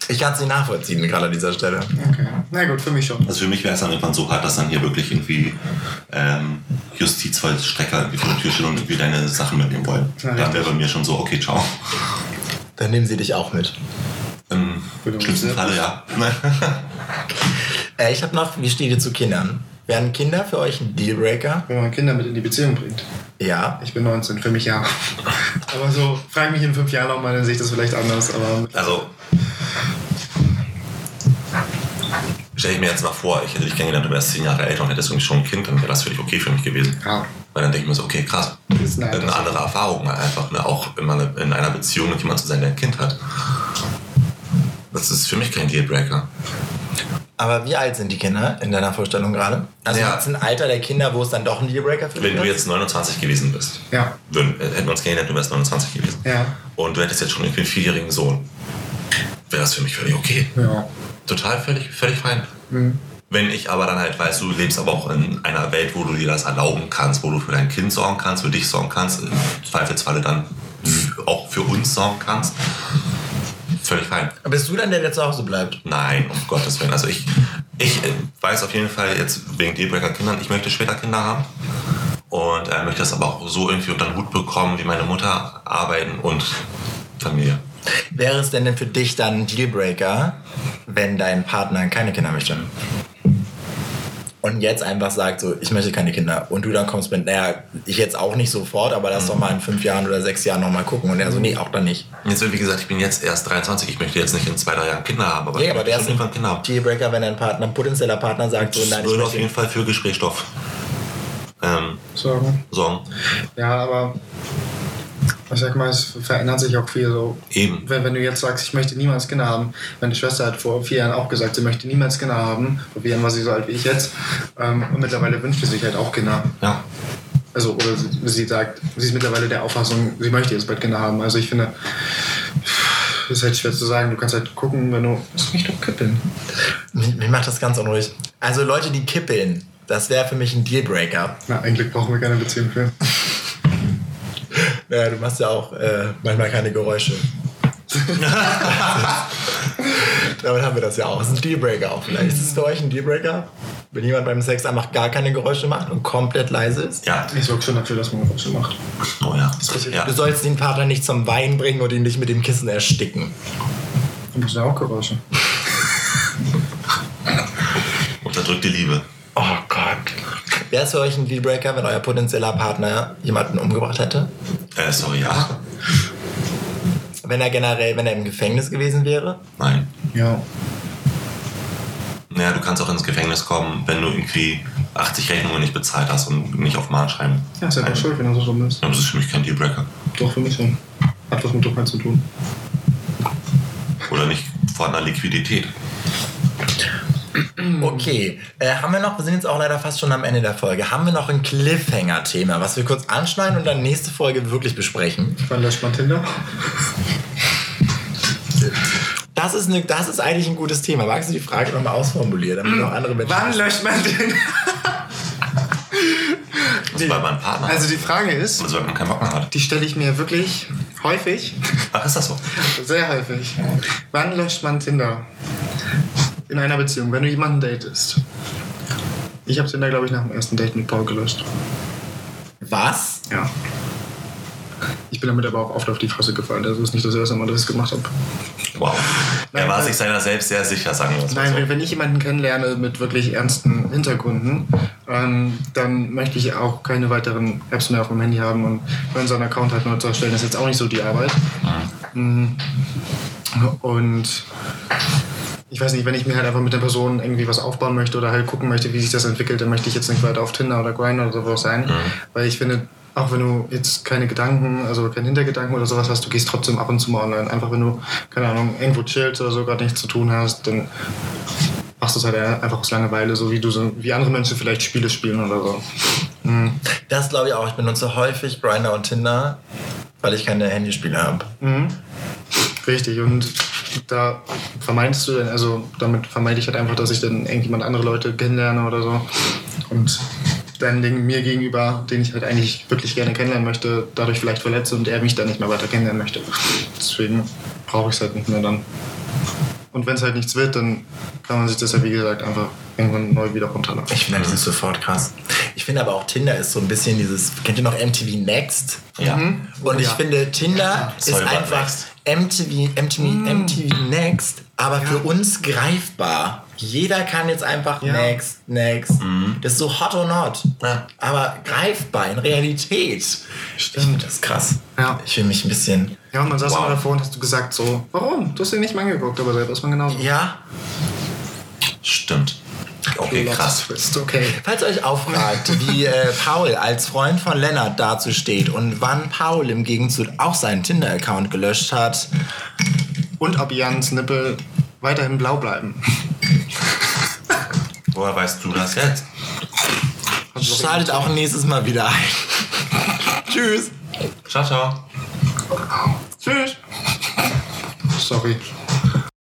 Speaker 1: Ich kann es nicht nachvollziehen, gerade an dieser Stelle.
Speaker 3: Okay. Na gut, für mich schon.
Speaker 2: Also für mich wäre es dann irgendwann so hart, dass dann hier wirklich irgendwie ähm, Justizvollstrecker irgendwie vor der Tür stehen und irgendwie deine Sachen mitnehmen wollen.
Speaker 3: Ja,
Speaker 2: dann wäre bei mir schon so, okay, ciao.
Speaker 1: Dann nehmen sie dich auch mit.
Speaker 2: Im
Speaker 3: Würde uns
Speaker 2: schlimmsten
Speaker 3: sehr-
Speaker 2: Falle, ja. (laughs)
Speaker 1: Äh, ich habe noch, wie steht ihr zu Kindern? Wären Kinder für euch ein Dealbreaker?
Speaker 3: wenn man Kinder mit in die Beziehung bringt.
Speaker 1: Ja.
Speaker 3: Ich bin 19, für mich ja. Aber so, frag mich in fünf Jahren nochmal, dann sehe ich das vielleicht anders. Aber
Speaker 2: Also, stell ich mir jetzt mal vor, ich hätte dich kennengelernt, du wärst zehn Jahre älter und hättest irgendwie schon ein Kind, dann wäre das völlig okay für mich gewesen.
Speaker 3: ja,
Speaker 2: Weil dann denke ich mir so, okay, krass.
Speaker 3: das ist eine
Speaker 2: Eine
Speaker 3: Alterssache.
Speaker 2: andere Erfahrung einfach, ne? auch in, meine, in einer Beziehung mit jemandem zu sein, der ein Kind hat. Das ist für mich kein Dealbreaker.
Speaker 1: Aber wie alt sind die Kinder in deiner Vorstellung gerade? Also
Speaker 2: Ja.
Speaker 1: ja. ein Alter der Kinder, wo es dann doch ein Dealbreaker für
Speaker 2: Wenn
Speaker 1: dich
Speaker 2: du
Speaker 1: ist?
Speaker 2: jetzt 29 gewesen bist,
Speaker 3: Ja,
Speaker 2: würden, äh, hätten wir uns kennengelernt, du wärst 29 gewesen.
Speaker 3: ja,
Speaker 2: Und du hättest jetzt schon irgendwie einen vierjährigen Sohn. Wäre das für mich völlig okay.
Speaker 3: ja.
Speaker 2: Total völlig, völlig fein.
Speaker 3: Mhm.
Speaker 2: Wenn ich aber dann halt weiß, du lebst aber auch in einer Welt, wo du dir das erlauben kannst, wo du für dein Kind sorgen kannst, für dich sorgen kannst, im Zweifelsfalle dann f- auch für uns sorgen kannst. Völlig fein.
Speaker 1: Bist du dann der, der zu Hause bleibt?
Speaker 2: Nein, um Gottes Willen. Also ich, ich äh, weiß auf jeden Fall jetzt wegen Dealbreaker Kindern, ich möchte später Kinder haben. Und äh, möchte das aber auch so irgendwie unter den Hut bekommen, wie meine Mutter, arbeiten und Familie.
Speaker 1: Wäre es denn, denn für dich dann ein Dealbreaker, wenn dein Partner keine Kinder möchte? Und jetzt einfach sagt so, ich möchte keine Kinder. Und du dann kommst mit, naja, ich jetzt auch nicht sofort, aber lass doch mal in fünf Jahren oder sechs Jahren nochmal gucken. Und er so, nee, auch dann nicht.
Speaker 2: Jetzt wird, wie gesagt, ich bin jetzt erst 23, ich möchte jetzt nicht in zwei, drei Jahren Kinder haben, aber
Speaker 1: Ja,
Speaker 2: ich
Speaker 1: aber
Speaker 2: möchte
Speaker 1: wäre
Speaker 2: schon
Speaker 1: es
Speaker 2: irgendwann Kinder
Speaker 1: ein
Speaker 2: haben.
Speaker 1: Dealbreaker, wenn dein Partner, ein potenzieller Partner sagt so,
Speaker 2: Das
Speaker 1: nein, ich
Speaker 2: würde auf
Speaker 1: möchte
Speaker 2: jeden Fall für Gesprächsstoff ähm,
Speaker 3: Sorgen.
Speaker 2: sorgen.
Speaker 3: Ja, aber ich sag mal, es verändert sich auch viel so.
Speaker 2: Eben.
Speaker 3: Wenn, wenn du jetzt sagst, ich möchte niemals Kinder haben, meine Schwester hat vor vier Jahren auch gesagt, sie möchte niemals Kinder haben. Vor vier Jahren war sie so alt wie ich jetzt. Ähm, und mittlerweile wünscht sie sich halt auch Kinder.
Speaker 2: Ja.
Speaker 3: Also, oder sie, sie sagt, sie ist mittlerweile der Auffassung, sie möchte jetzt bald Kinder haben. Also ich finde, das ist halt schwer zu sagen. Du kannst halt gucken, wenn du. Lass mich doch kippeln.
Speaker 1: Mich, mich macht das ganz unruhig. Also Leute, die kippeln, das wäre für mich ein Dealbreaker. (laughs)
Speaker 3: Na, eigentlich brauchen wir keine Beziehung für.
Speaker 1: Naja, du machst ja auch äh, manchmal keine Geräusche. Damit haben wir das ja auch. Das ist ein Dealbreaker auch vielleicht. Ist es für euch ein Dealbreaker? Wenn jemand beim Sex einfach gar keine Geräusche macht und komplett leise ist?
Speaker 2: Ja.
Speaker 3: Ich sorge schon dafür, dass man Geräusche macht.
Speaker 2: Oh ja. ja.
Speaker 1: Du sollst den Partner nicht zum Wein bringen und ihn nicht mit dem Kissen ersticken.
Speaker 3: Und das sind auch Geräusche.
Speaker 2: Unterdrückte Liebe.
Speaker 1: Oh Gott. Wäre es für euch ein Dealbreaker, wenn euer potenzieller Partner jemanden umgebracht hätte?
Speaker 2: Äh, sorry, ja.
Speaker 1: Wenn er generell, wenn er im Gefängnis gewesen wäre?
Speaker 2: Nein.
Speaker 3: Ja.
Speaker 2: Naja, du kannst auch ins Gefängnis kommen, wenn du irgendwie 80 Rechnungen nicht bezahlt hast und nicht auf Mahnschreiben.
Speaker 3: Ja, ist ja
Speaker 2: Nein.
Speaker 3: doch schuld, wenn du so dumm bist.
Speaker 2: Ja, Das ist für mich kein Dealbreaker.
Speaker 3: Doch, für mich schon. Hat was mit Dummheit zu tun.
Speaker 2: Oder nicht vorhandener Liquidität.
Speaker 1: Okay, äh, haben wir noch, wir sind jetzt auch leider fast schon am Ende der Folge, haben wir noch ein Cliffhanger-Thema, was wir kurz anschneiden und dann nächste Folge wirklich besprechen?
Speaker 3: Wann löscht man Tinder?
Speaker 1: Das ist, ne, das ist eigentlich ein gutes Thema. Magst du die Frage nochmal ausformulieren, damit auch andere Menschen...
Speaker 3: löscht man Tinder?
Speaker 2: Das war mein Partner.
Speaker 3: Also die Frage ist,
Speaker 2: also wenn man keinen Bock mehr hat.
Speaker 3: die stelle ich mir wirklich häufig,
Speaker 2: Ach, ist das so?
Speaker 3: sehr häufig. Wann löscht man Tinder? In einer Beziehung, wenn du jemanden datest. Ich habe Tinder, glaube ich, nach dem ersten Date mit Paul gelöscht.
Speaker 1: Was?
Speaker 3: Ja. Ich bin damit aber auch oft auf die Fresse gefallen. Also ist nicht das erste Mal, dass ich das gemacht habe.
Speaker 2: Wow.
Speaker 3: Nein,
Speaker 2: er war
Speaker 3: nein.
Speaker 2: sich seiner selbst sehr sicher, sagen wir es mal
Speaker 3: Nein,
Speaker 2: so.
Speaker 3: wenn, wenn ich jemanden kennenlerne mit wirklich ernsten Hintergründen, ähm, dann möchte ich auch keine weiteren Apps mehr auf dem Handy haben und wenn so einen Account halt neu zu erstellen, ist jetzt auch nicht so die Arbeit. Mhm. Und ich weiß nicht, wenn ich mir halt einfach mit der Person irgendwie was aufbauen möchte oder halt gucken möchte, wie sich das entwickelt, dann möchte ich jetzt nicht weiter auf Tinder oder Grindr oder sowas sein, weil ich finde, auch wenn du jetzt keine Gedanken, also keinen Hintergedanken oder sowas hast, du gehst trotzdem ab und zu mal online. Einfach wenn du, keine Ahnung, irgendwo chillst oder so, gerade nichts zu tun hast, dann machst du es halt einfach aus Langeweile, so wie du so, wie andere Menschen vielleicht Spiele spielen oder so. Mhm.
Speaker 1: Das glaube ich auch. Ich benutze häufig Grindr und Tinder, weil ich keine Handyspiele habe.
Speaker 3: Mhm. Richtig, und da vermeidest du dann, also damit vermeide ich halt einfach, dass ich dann irgendjemand andere Leute kennenlerne oder so. Und dann den mir gegenüber, den ich halt eigentlich wirklich gerne kennenlernen möchte, dadurch vielleicht verletze und er mich dann nicht mehr weiter kennenlernen möchte. Deswegen brauche ich es halt nicht mehr dann. Und wenn es halt nichts wird, dann kann man sich das ja wie gesagt einfach irgendwann neu wieder runterladen.
Speaker 1: Ich finde, das ist sofort krass. Ich finde aber auch Tinder ist so ein bisschen dieses, kennt ihr noch MTV Next? Mhm.
Speaker 2: Ja.
Speaker 1: Und ich
Speaker 3: Ja. Mhm.
Speaker 1: finde, Tinder ist
Speaker 2: Sorry, but
Speaker 1: einfach
Speaker 2: next.
Speaker 1: MTV, MTV, MTV Next, aber für uns greifbar. Jeder kann jetzt einfach
Speaker 3: Ja. Mhm.
Speaker 1: Next, Next. Das ist so hot or not.
Speaker 2: Ja.
Speaker 1: Aber greifbar, in Realität. Ich finde das krass.
Speaker 3: Ja.
Speaker 1: Ich fühle mich ein bisschen.
Speaker 3: Ja, und man saß
Speaker 2: Wow.
Speaker 3: immer davor und hast du gesagt so, warum? Du hast ihn nicht mal angeguckt, aber selber ist man genau genauso.
Speaker 1: Ja.
Speaker 2: Stimmt. Okay, krass.
Speaker 3: Ist okay.
Speaker 1: Falls ihr euch auffragt, wie äh, Paul als Freund von Lennart dazu steht und wann Paul im Gegenzug auch seinen Tinder-Account gelöscht hat,
Speaker 3: und ob Jans Nippel weiterhin blau bleiben.
Speaker 2: Woher weißt du das jetzt?
Speaker 1: schaltet auch nächstes Mal wieder ein. Tschüss.
Speaker 2: Ciao, ciao.
Speaker 3: Tschüss. Sorry.